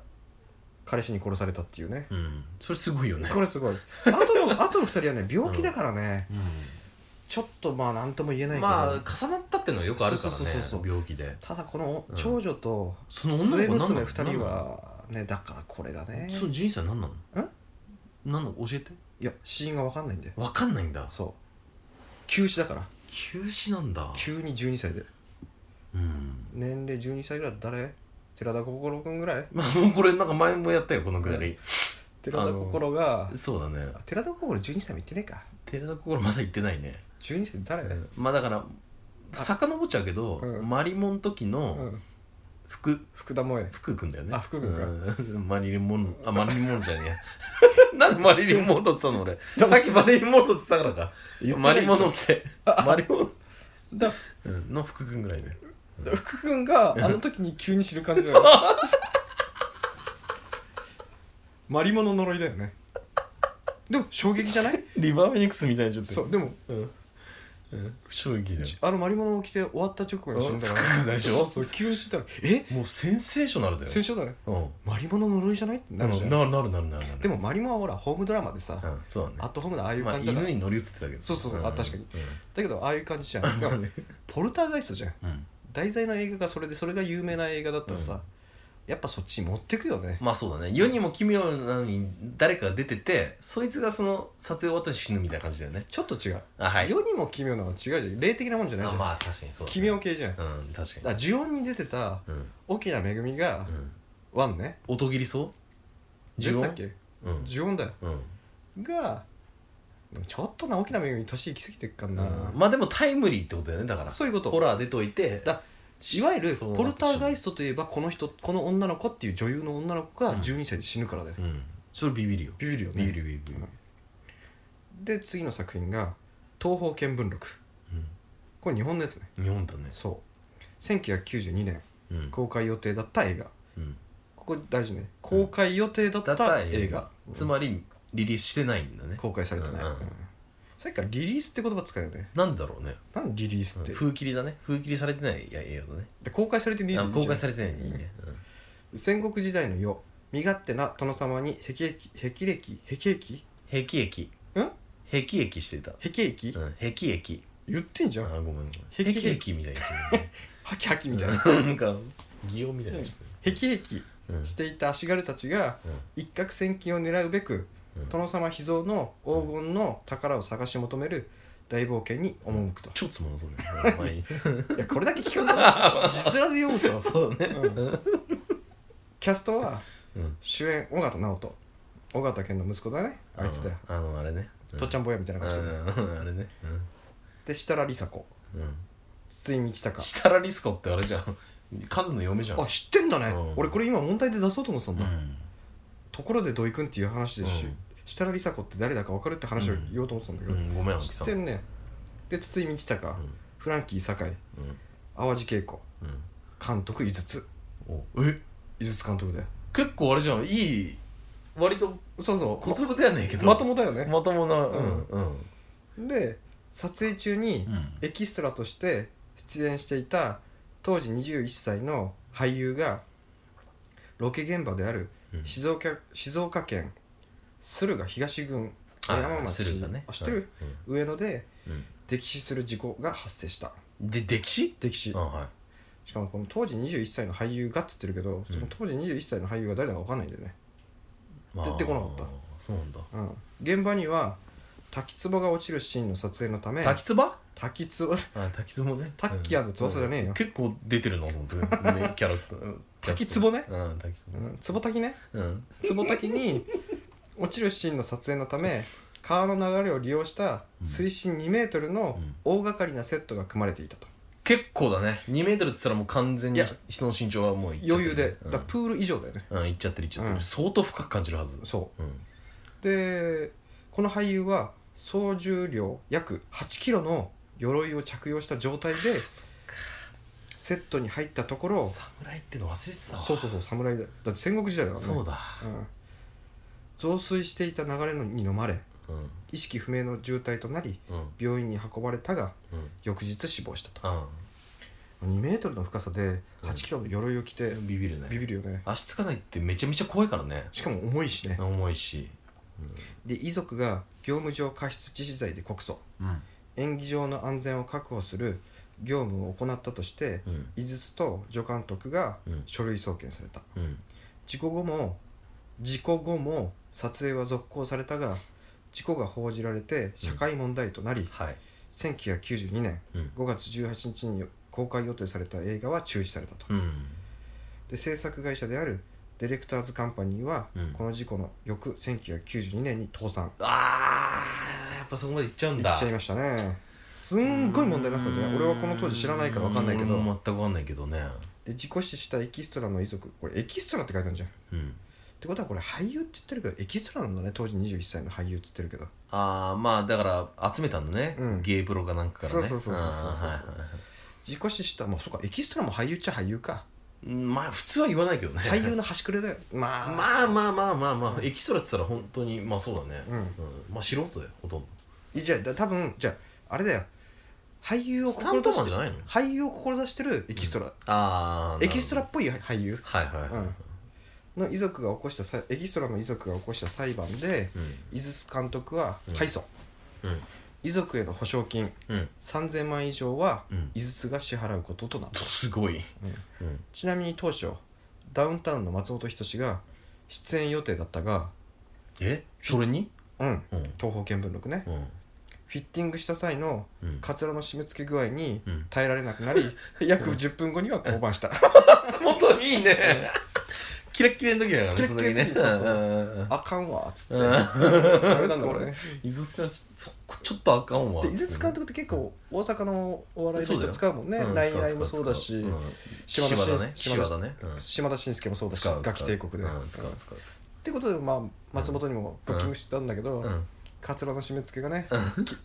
[SPEAKER 1] 彼氏に殺されたっていうね
[SPEAKER 2] うんそれすごいよね
[SPEAKER 1] これすごいあとの後の2人はね病気だからね、
[SPEAKER 2] うん
[SPEAKER 1] ちょっとまあ何とも言えないけど、
[SPEAKER 2] まあ重なったっていうのはよくあるからね
[SPEAKER 1] そうそうそうそう
[SPEAKER 2] 病気で
[SPEAKER 1] ただこの
[SPEAKER 2] うん
[SPEAKER 1] 長女と
[SPEAKER 2] その女
[SPEAKER 1] 末
[SPEAKER 2] の子
[SPEAKER 1] 娘
[SPEAKER 2] 何
[SPEAKER 1] 2人
[SPEAKER 2] なの
[SPEAKER 1] はねだからこれがね
[SPEAKER 2] その人生何なの
[SPEAKER 1] ん
[SPEAKER 2] 何なの教えて
[SPEAKER 1] いや死因が分かんないんで
[SPEAKER 2] わかんないんだ
[SPEAKER 1] そう急死だから
[SPEAKER 2] 休止なんだ
[SPEAKER 1] 急に12歳で
[SPEAKER 2] うん
[SPEAKER 1] 年齢12歳ぐらいだと誰寺田心君ぐらい
[SPEAKER 2] まあもうこれなんか前もやったよこのくだり
[SPEAKER 1] 寺田心が
[SPEAKER 2] そうだね
[SPEAKER 1] 寺田心12歳も言ってねえか
[SPEAKER 2] 寺田心まだ行ってないね
[SPEAKER 1] 12歳誰、うん
[SPEAKER 2] まあだから
[SPEAKER 1] あ
[SPEAKER 2] 遡っちゃうけど、
[SPEAKER 1] うん
[SPEAKER 2] マリモの時の福
[SPEAKER 1] 福田萌え
[SPEAKER 2] 福君だよね
[SPEAKER 1] あ福君か
[SPEAKER 2] うん マリリン・モンローあマリリン・モンローじゃねえや なんでマリリン・モンローって言ったの俺
[SPEAKER 1] だ
[SPEAKER 2] さっきマリリン・モンローって言ったからか
[SPEAKER 1] 言ってな
[SPEAKER 2] マ
[SPEAKER 1] い
[SPEAKER 2] リモの着てマリモ
[SPEAKER 1] だ
[SPEAKER 2] の福君ぐらいで
[SPEAKER 1] 福君があの時に急に死ぬ感じだよマリモの呪いだよねでも衝撃じゃない
[SPEAKER 2] リバーフェニックスみたいにちょっ
[SPEAKER 1] そうでも
[SPEAKER 2] うんうん衝撃だよ
[SPEAKER 1] あのマリモの着て終わった直後に死んだから
[SPEAKER 2] あ福君でしょ
[SPEAKER 1] そうそう急に死んだらえ
[SPEAKER 2] もうセンセーショナルだよ
[SPEAKER 1] 戦勝だね
[SPEAKER 2] うん
[SPEAKER 1] マリモの呪いじゃないってな
[SPEAKER 2] な
[SPEAKER 1] る
[SPEAKER 2] る
[SPEAKER 1] じゃん
[SPEAKER 2] なるなるなるなる
[SPEAKER 1] でもマリモはほらホームドラマでさ、
[SPEAKER 2] うんそうだ
[SPEAKER 1] ア
[SPEAKER 2] ね
[SPEAKER 1] ットホームでああいう
[SPEAKER 2] まあ
[SPEAKER 1] 感じだから、
[SPEAKER 2] 犬に乗り移ってたけど
[SPEAKER 1] そうそうそうあ確かに
[SPEAKER 2] う
[SPEAKER 1] だけどああいう感じじゃんでも
[SPEAKER 2] ん
[SPEAKER 1] ポルターガイストじゃん
[SPEAKER 2] うん
[SPEAKER 1] 題材の映画がそれでそれが有名な映画だったらさ、
[SPEAKER 2] うん
[SPEAKER 1] やっぱそっち持ってくよね
[SPEAKER 2] まあそうだね世にも奇妙なのに誰かが出ててそいつがその撮影終わったら死ぬみたいな感じだよね
[SPEAKER 1] ちょっと違う、
[SPEAKER 2] あはい
[SPEAKER 1] 世にも奇妙なの違うじゃん霊的なもんじゃない
[SPEAKER 2] あ
[SPEAKER 1] じゃん、
[SPEAKER 2] まあ確かにそうだ、ね、
[SPEAKER 1] 奇妙系じゃん、だか
[SPEAKER 2] うん確からに
[SPEAKER 1] 呪音に出てた
[SPEAKER 2] うん、
[SPEAKER 1] 沖縄めぐみが
[SPEAKER 2] うん、
[SPEAKER 1] ワンね
[SPEAKER 2] 音切りそう
[SPEAKER 1] 出てたっけ
[SPEAKER 2] うん
[SPEAKER 1] 呪音だよ
[SPEAKER 2] うん
[SPEAKER 1] がでもちょっとな沖縄めぐみ年いき過ぎてっかんな、
[SPEAKER 2] まあでもタイムリーってことだよねだから
[SPEAKER 1] そういうこと
[SPEAKER 2] ホラー出といて
[SPEAKER 1] だいわゆる
[SPEAKER 2] そう
[SPEAKER 1] ポルターガイ
[SPEAKER 2] ス
[SPEAKER 1] ストといえばこの人この女の子っていう女優の女の子が
[SPEAKER 2] うん
[SPEAKER 1] 12歳で死ぬからだよ、
[SPEAKER 2] うんそれビビるよ
[SPEAKER 1] ビビるよ
[SPEAKER 2] ビ
[SPEAKER 1] ね
[SPEAKER 2] ビるビビる
[SPEAKER 1] で次の作品が「東方見聞録」これ日本のやつね
[SPEAKER 2] うん日本だね
[SPEAKER 1] そう1992年
[SPEAKER 2] うん
[SPEAKER 1] 公開予定だった映画
[SPEAKER 2] うん
[SPEAKER 1] ここ大事ね公開予定だっ
[SPEAKER 2] だったた
[SPEAKER 1] 映
[SPEAKER 2] 映
[SPEAKER 1] 画
[SPEAKER 2] 画、つまりリリースしてないんだね
[SPEAKER 1] 公開されてない、
[SPEAKER 2] うんうん
[SPEAKER 1] うんさっきからリリースって言葉使うよね
[SPEAKER 2] なんでだろうね
[SPEAKER 1] なんリリース
[SPEAKER 2] う
[SPEAKER 1] っ
[SPEAKER 2] ん
[SPEAKER 1] て、
[SPEAKER 2] 風切りだね風切りされてないや映画だね
[SPEAKER 1] で公開されてリリー
[SPEAKER 2] あ
[SPEAKER 1] ス
[SPEAKER 2] 公開されてないのいいね
[SPEAKER 1] 戦国時代の世身勝手な殿様に辟易辟歴辟易
[SPEAKER 2] 壁駅
[SPEAKER 1] ん
[SPEAKER 2] 壁駅してた
[SPEAKER 1] 辟易、
[SPEAKER 2] うん壁駅
[SPEAKER 1] 言ってんじ
[SPEAKER 2] あ
[SPEAKER 1] ゃん
[SPEAKER 2] ごめんごめん
[SPEAKER 1] 壁
[SPEAKER 2] 壁
[SPEAKER 1] 駅
[SPEAKER 2] 駅みたいな
[SPEAKER 1] ハキハキみたいな
[SPEAKER 2] なんか擬音みたいなのして
[SPEAKER 1] へきへき
[SPEAKER 2] るうん
[SPEAKER 1] していた足軽たちが
[SPEAKER 2] うん
[SPEAKER 1] 一攫千金を狙うべく
[SPEAKER 2] うん
[SPEAKER 1] 殿様秘蔵の黄金の宝を探し求める大冒険に赴くと
[SPEAKER 2] ちょっとつまんなそうだよねまあ いい
[SPEAKER 1] いやこれだけ聞 くんだ実らで読むと、
[SPEAKER 2] そうだね
[SPEAKER 1] うんキャストは
[SPEAKER 2] うん
[SPEAKER 1] 主演尾形直人尾形健の息子だねあいつだよ
[SPEAKER 2] あのあれね
[SPEAKER 1] とっち
[SPEAKER 2] ゃ
[SPEAKER 1] ゃん坊やみたいな
[SPEAKER 2] あ
[SPEAKER 1] 感じで
[SPEAKER 2] あれね
[SPEAKER 1] で設楽梨紗子
[SPEAKER 2] うんうん
[SPEAKER 1] 筒井道隆
[SPEAKER 2] 設楽リスコってあれじゃんカズの嫁じゃん
[SPEAKER 1] あ知ってんだね
[SPEAKER 2] うん
[SPEAKER 1] 俺これ今問題で出そうと思ってたん
[SPEAKER 2] う
[SPEAKER 1] だ
[SPEAKER 2] ん
[SPEAKER 1] ところで土井くんっていう話ですし
[SPEAKER 2] うん
[SPEAKER 1] 設楽梨紗子って誰だか分かるって話を言おうと思ってたんだけ
[SPEAKER 2] う
[SPEAKER 1] ど
[SPEAKER 2] んごめん青木
[SPEAKER 1] 知
[SPEAKER 2] さ
[SPEAKER 1] っ
[SPEAKER 2] ん
[SPEAKER 1] てるねで筒井道隆、
[SPEAKER 2] う
[SPEAKER 1] フランキー堺
[SPEAKER 2] ん
[SPEAKER 1] 淡路恵子
[SPEAKER 2] うんうん
[SPEAKER 1] 監督井筒
[SPEAKER 2] おえ
[SPEAKER 1] 井筒監督だよ
[SPEAKER 2] 結構あれじゃんいい割と
[SPEAKER 1] そうそ
[SPEAKER 2] 小粒ではないけ
[SPEAKER 1] う
[SPEAKER 2] ど
[SPEAKER 1] ままともだよね、
[SPEAKER 2] まともなうんうん
[SPEAKER 1] で撮影中に
[SPEAKER 2] うん
[SPEAKER 1] エキストラとして出演していた当時21歳の俳優がロケ現場である
[SPEAKER 2] うん
[SPEAKER 1] 静岡静岡県駿河東郡
[SPEAKER 2] あ
[SPEAKER 1] 山町
[SPEAKER 2] 駿河ね
[SPEAKER 1] あ知ってる
[SPEAKER 2] うん
[SPEAKER 1] 上野で
[SPEAKER 2] うん
[SPEAKER 1] 溺死する事故が発生した
[SPEAKER 2] で歴史
[SPEAKER 1] 溺死
[SPEAKER 2] あは
[SPEAKER 1] しかもこの当時21歳の俳優がっつってるけど、
[SPEAKER 2] うん
[SPEAKER 1] その当時21歳の俳優が誰だか分かんないんだよね、
[SPEAKER 2] いまあ
[SPEAKER 1] 出てこなかった
[SPEAKER 2] そうなんだ
[SPEAKER 1] うん、現場には滝壺が落ちるシーンの撮影のため
[SPEAKER 2] 滝つば
[SPEAKER 1] 滝壺
[SPEAKER 2] あ滝つぼね
[SPEAKER 1] タッキー翼じゃねえよ
[SPEAKER 2] うん結構出てるなと思っ てねキャラクター
[SPEAKER 1] 滝壺ね
[SPEAKER 2] うん滝つぼ
[SPEAKER 1] うん壺滝ね
[SPEAKER 2] うん
[SPEAKER 1] 壺滝 に落ちるシーンの撮影のため川の流れを利用した水深2メートルの
[SPEAKER 2] うん
[SPEAKER 1] 大掛かりなセットが組まれていたと
[SPEAKER 2] 結構だね2メートルって言ったらもう完全
[SPEAKER 1] い
[SPEAKER 2] に
[SPEAKER 1] や
[SPEAKER 2] 人の身長はもういっちゃって
[SPEAKER 1] 余裕
[SPEAKER 2] る
[SPEAKER 1] で
[SPEAKER 2] うん
[SPEAKER 1] だからプール以上だよね
[SPEAKER 2] うんいっちゃってるいっちゃって
[SPEAKER 1] うん
[SPEAKER 2] る相当深く感じるはず
[SPEAKER 1] そ
[SPEAKER 2] うん
[SPEAKER 1] うでこの俳優は総重量約8キロの鎧を着用した状態でセットに入ったところ
[SPEAKER 2] 侍っての忘れてたわ
[SPEAKER 1] そうそうそう侍だだって戦国時代だからね
[SPEAKER 2] そうだ
[SPEAKER 1] うん増水していた流れに飲まれ
[SPEAKER 2] うんうん
[SPEAKER 1] 意識不明の重体となり
[SPEAKER 2] うん
[SPEAKER 1] 病院に運ばれたが
[SPEAKER 2] うん
[SPEAKER 1] 翌日死亡したと
[SPEAKER 2] あ
[SPEAKER 1] 2メートルの深さで
[SPEAKER 2] うん
[SPEAKER 1] 8キロの鎧を着て
[SPEAKER 2] ビビるね
[SPEAKER 1] ビビるよね
[SPEAKER 2] 足つかないってめちゃめちゃ怖いからね
[SPEAKER 1] しかも重いしね
[SPEAKER 2] 重いし
[SPEAKER 1] で遺族が業務上過失致死罪で告訴
[SPEAKER 2] うん
[SPEAKER 1] 演技上の安全を確保する業務を行ったとして
[SPEAKER 2] うん
[SPEAKER 1] 井筒と助監督が
[SPEAKER 2] うん
[SPEAKER 1] 書類送検された
[SPEAKER 2] うん
[SPEAKER 1] 事故後も事故後も撮影は続行されたが事故が報じられて社会問題となり、
[SPEAKER 2] はい
[SPEAKER 1] 1992年
[SPEAKER 2] うん
[SPEAKER 1] 5月18日に公開予定された映画は中止されたと、
[SPEAKER 2] うん
[SPEAKER 1] で制作会社であるディレクターズカンパニーは、
[SPEAKER 2] うん
[SPEAKER 1] この事故の翌1992年に倒産
[SPEAKER 2] あーやっぱそこまでいっちゃうん
[SPEAKER 1] い
[SPEAKER 2] だ
[SPEAKER 1] っちゃいましたねすんごい問題になってたんだよね俺はこの当時知らないから分かんないけど
[SPEAKER 2] う全く分かんないけどね
[SPEAKER 1] で事故死したエキストラの遺族これエキストラって書いてあるじゃんっ
[SPEAKER 2] うん
[SPEAKER 1] てことはこれ俳優って言ってるけどエキストラなんだね当時21歳の俳優って言ってるけど
[SPEAKER 2] ああまあだから集めたんだね、
[SPEAKER 1] うん
[SPEAKER 2] ゲイプロかなんかからね
[SPEAKER 1] そうそうそうそうそうそう
[SPEAKER 2] あーはいはいはい
[SPEAKER 1] 事故死したまあそっかエキストラも俳優っちゃ俳優か
[SPEAKER 2] うんまあ普通は言わないけどね
[SPEAKER 1] 俳優の端くれだよまあ
[SPEAKER 2] まあまあまあまあまあエキストラって言ったら本当にまあそうだね
[SPEAKER 1] うん
[SPEAKER 2] まあ素人だよほとんど
[SPEAKER 1] いやじゃあだ多分じゃああれだよ俳優を
[SPEAKER 2] スタントマ
[SPEAKER 1] 志
[SPEAKER 2] ン
[SPEAKER 1] し
[SPEAKER 2] じ
[SPEAKER 1] て
[SPEAKER 2] ゃないの
[SPEAKER 1] 俳優を志してるエキストラ、
[SPEAKER 2] ああ
[SPEAKER 1] エキストラっぽい俳優
[SPEAKER 2] はいはいはい
[SPEAKER 1] うんの遺族が起こしたさエキストラの遺族が起こした裁判で
[SPEAKER 2] うん
[SPEAKER 1] 井筒監督は
[SPEAKER 2] うん
[SPEAKER 1] 敗訴、
[SPEAKER 2] うん
[SPEAKER 1] 遺族への保証金
[SPEAKER 2] うん
[SPEAKER 1] 3000万円以上は
[SPEAKER 2] うん
[SPEAKER 1] 井筒が支払うこととなった、
[SPEAKER 2] すごい
[SPEAKER 1] うん
[SPEAKER 2] うん
[SPEAKER 1] ちなみに当初ダウンタウンの松本人志が出演予定だったが
[SPEAKER 2] えそれに
[SPEAKER 1] うん
[SPEAKER 2] うん
[SPEAKER 1] 東方見聞録ね
[SPEAKER 2] うん
[SPEAKER 1] フィッティングした際の
[SPEAKER 2] うん
[SPEAKER 1] カツラの締め付け具合に
[SPEAKER 2] うん
[SPEAKER 1] 耐えられなくなり約10分後には降板した
[SPEAKER 2] 本当にいいねキラッキラの時だから
[SPEAKER 1] キ
[SPEAKER 2] ね
[SPEAKER 1] ラ
[SPEAKER 2] そ
[SPEAKER 1] ッ
[SPEAKER 2] の
[SPEAKER 1] キラ
[SPEAKER 2] 時
[SPEAKER 1] の
[SPEAKER 2] ね
[SPEAKER 1] 時そうそう
[SPEAKER 2] うん
[SPEAKER 1] あかんわっつって
[SPEAKER 2] うん
[SPEAKER 1] ダメなんだろうね
[SPEAKER 2] 井筒ちゃんちそこちょっとあかんわ
[SPEAKER 1] で井筒監督って結構大阪のお笑いの
[SPEAKER 2] そうだ
[SPEAKER 1] 人
[SPEAKER 2] よ
[SPEAKER 1] 使うもんね
[SPEAKER 2] うん
[SPEAKER 1] ナイナイ
[SPEAKER 2] 使
[SPEAKER 1] もそうだ
[SPEAKER 2] 使
[SPEAKER 1] し
[SPEAKER 2] うん
[SPEAKER 1] 島田紳
[SPEAKER 2] 島田ね
[SPEAKER 1] 島
[SPEAKER 2] 島
[SPEAKER 1] 田
[SPEAKER 2] 田ねうん
[SPEAKER 1] 島田紳介もそうだし
[SPEAKER 2] 使う使う
[SPEAKER 1] ガキ帝国で
[SPEAKER 2] うん使う
[SPEAKER 1] っ
[SPEAKER 2] 使う使
[SPEAKER 1] てことでまあ松本にもブッキングしてたんだけど
[SPEAKER 2] ううん
[SPEAKER 1] カツラの締め付けがね
[SPEAKER 2] うん
[SPEAKER 1] 決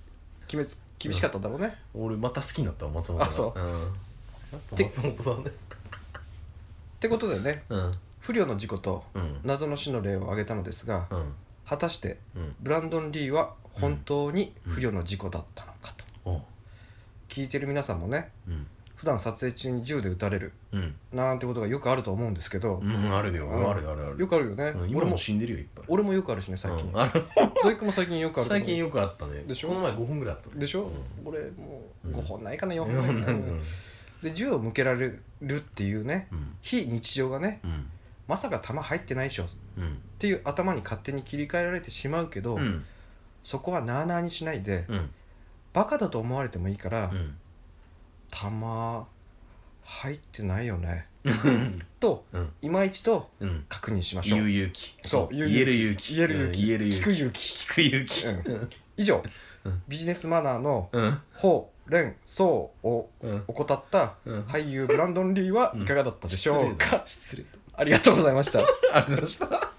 [SPEAKER 1] めつ厳しかったんだろうね
[SPEAKER 2] 俺また好きになったわ松本が
[SPEAKER 1] あそ
[SPEAKER 2] うん
[SPEAKER 1] て
[SPEAKER 2] 松本
[SPEAKER 1] っ
[SPEAKER 2] だね
[SPEAKER 1] てことでね
[SPEAKER 2] うん
[SPEAKER 1] 不慮の事故と
[SPEAKER 2] うん
[SPEAKER 1] 謎の死の例を挙げたのですが
[SPEAKER 2] うん
[SPEAKER 1] 果たして
[SPEAKER 2] うん
[SPEAKER 1] ブランドン・リーは本当に不慮の事故だったのかと
[SPEAKER 2] お
[SPEAKER 1] 聞いてる皆さんもね
[SPEAKER 2] うん
[SPEAKER 1] 普段撮影中に銃で撃たれる
[SPEAKER 2] うん
[SPEAKER 1] なんてことがよくあると思うんですけど
[SPEAKER 2] うんあるよ
[SPEAKER 1] うん
[SPEAKER 2] あるあるある
[SPEAKER 1] よくあるよね
[SPEAKER 2] うん今
[SPEAKER 1] 俺
[SPEAKER 2] も
[SPEAKER 1] も
[SPEAKER 2] 死んでるよいっぱい
[SPEAKER 1] 俺もよくあるしね最近
[SPEAKER 2] うんある
[SPEAKER 1] 土井君も最近よくあると思
[SPEAKER 2] 最
[SPEAKER 1] う
[SPEAKER 2] 近よくあったね
[SPEAKER 1] でしょ
[SPEAKER 2] この前5本ぐらいあったね
[SPEAKER 1] でしょ、
[SPEAKER 2] う
[SPEAKER 1] 俺も
[SPEAKER 2] う
[SPEAKER 1] うん5本ないかな4
[SPEAKER 2] う
[SPEAKER 1] 本な
[SPEAKER 2] んう
[SPEAKER 1] いか
[SPEAKER 2] ん
[SPEAKER 1] な、で銃を向けられるっていうね
[SPEAKER 2] うん
[SPEAKER 1] 非日常がね
[SPEAKER 2] うん
[SPEAKER 1] まさか弾入ってないでしょっ
[SPEAKER 2] うん
[SPEAKER 1] ていう頭に勝手に切り替えられてしまうけど、
[SPEAKER 2] うん
[SPEAKER 1] そこはなあなあにしないで、
[SPEAKER 2] うん
[SPEAKER 1] バカだと思われてもいいから、
[SPEAKER 2] うん
[SPEAKER 1] 弾入ってないよ ねと、
[SPEAKER 2] うん
[SPEAKER 1] 今一度
[SPEAKER 2] うん
[SPEAKER 1] 確認しましょ
[SPEAKER 2] 言う
[SPEAKER 1] う
[SPEAKER 2] 勇気
[SPEAKER 1] そう言
[SPEAKER 2] 言
[SPEAKER 1] う
[SPEAKER 2] える勇
[SPEAKER 1] 勇
[SPEAKER 2] 気
[SPEAKER 1] 言える勇
[SPEAKER 2] うん
[SPEAKER 1] 気
[SPEAKER 2] 言える
[SPEAKER 1] 聞
[SPEAKER 2] 勇
[SPEAKER 1] く勇
[SPEAKER 2] 気
[SPEAKER 1] 気
[SPEAKER 2] 聞く勇気
[SPEAKER 1] うん以上、
[SPEAKER 2] うん
[SPEAKER 1] ビジネスマナーの
[SPEAKER 2] うん
[SPEAKER 1] ほうれんそうを
[SPEAKER 2] うん
[SPEAKER 1] 怠った
[SPEAKER 2] うん
[SPEAKER 1] 俳優ブランドン・リーはいかがだったでしょうか、
[SPEAKER 2] 失礼だ失礼だ
[SPEAKER 1] ありがとうございました
[SPEAKER 2] ありがとうございました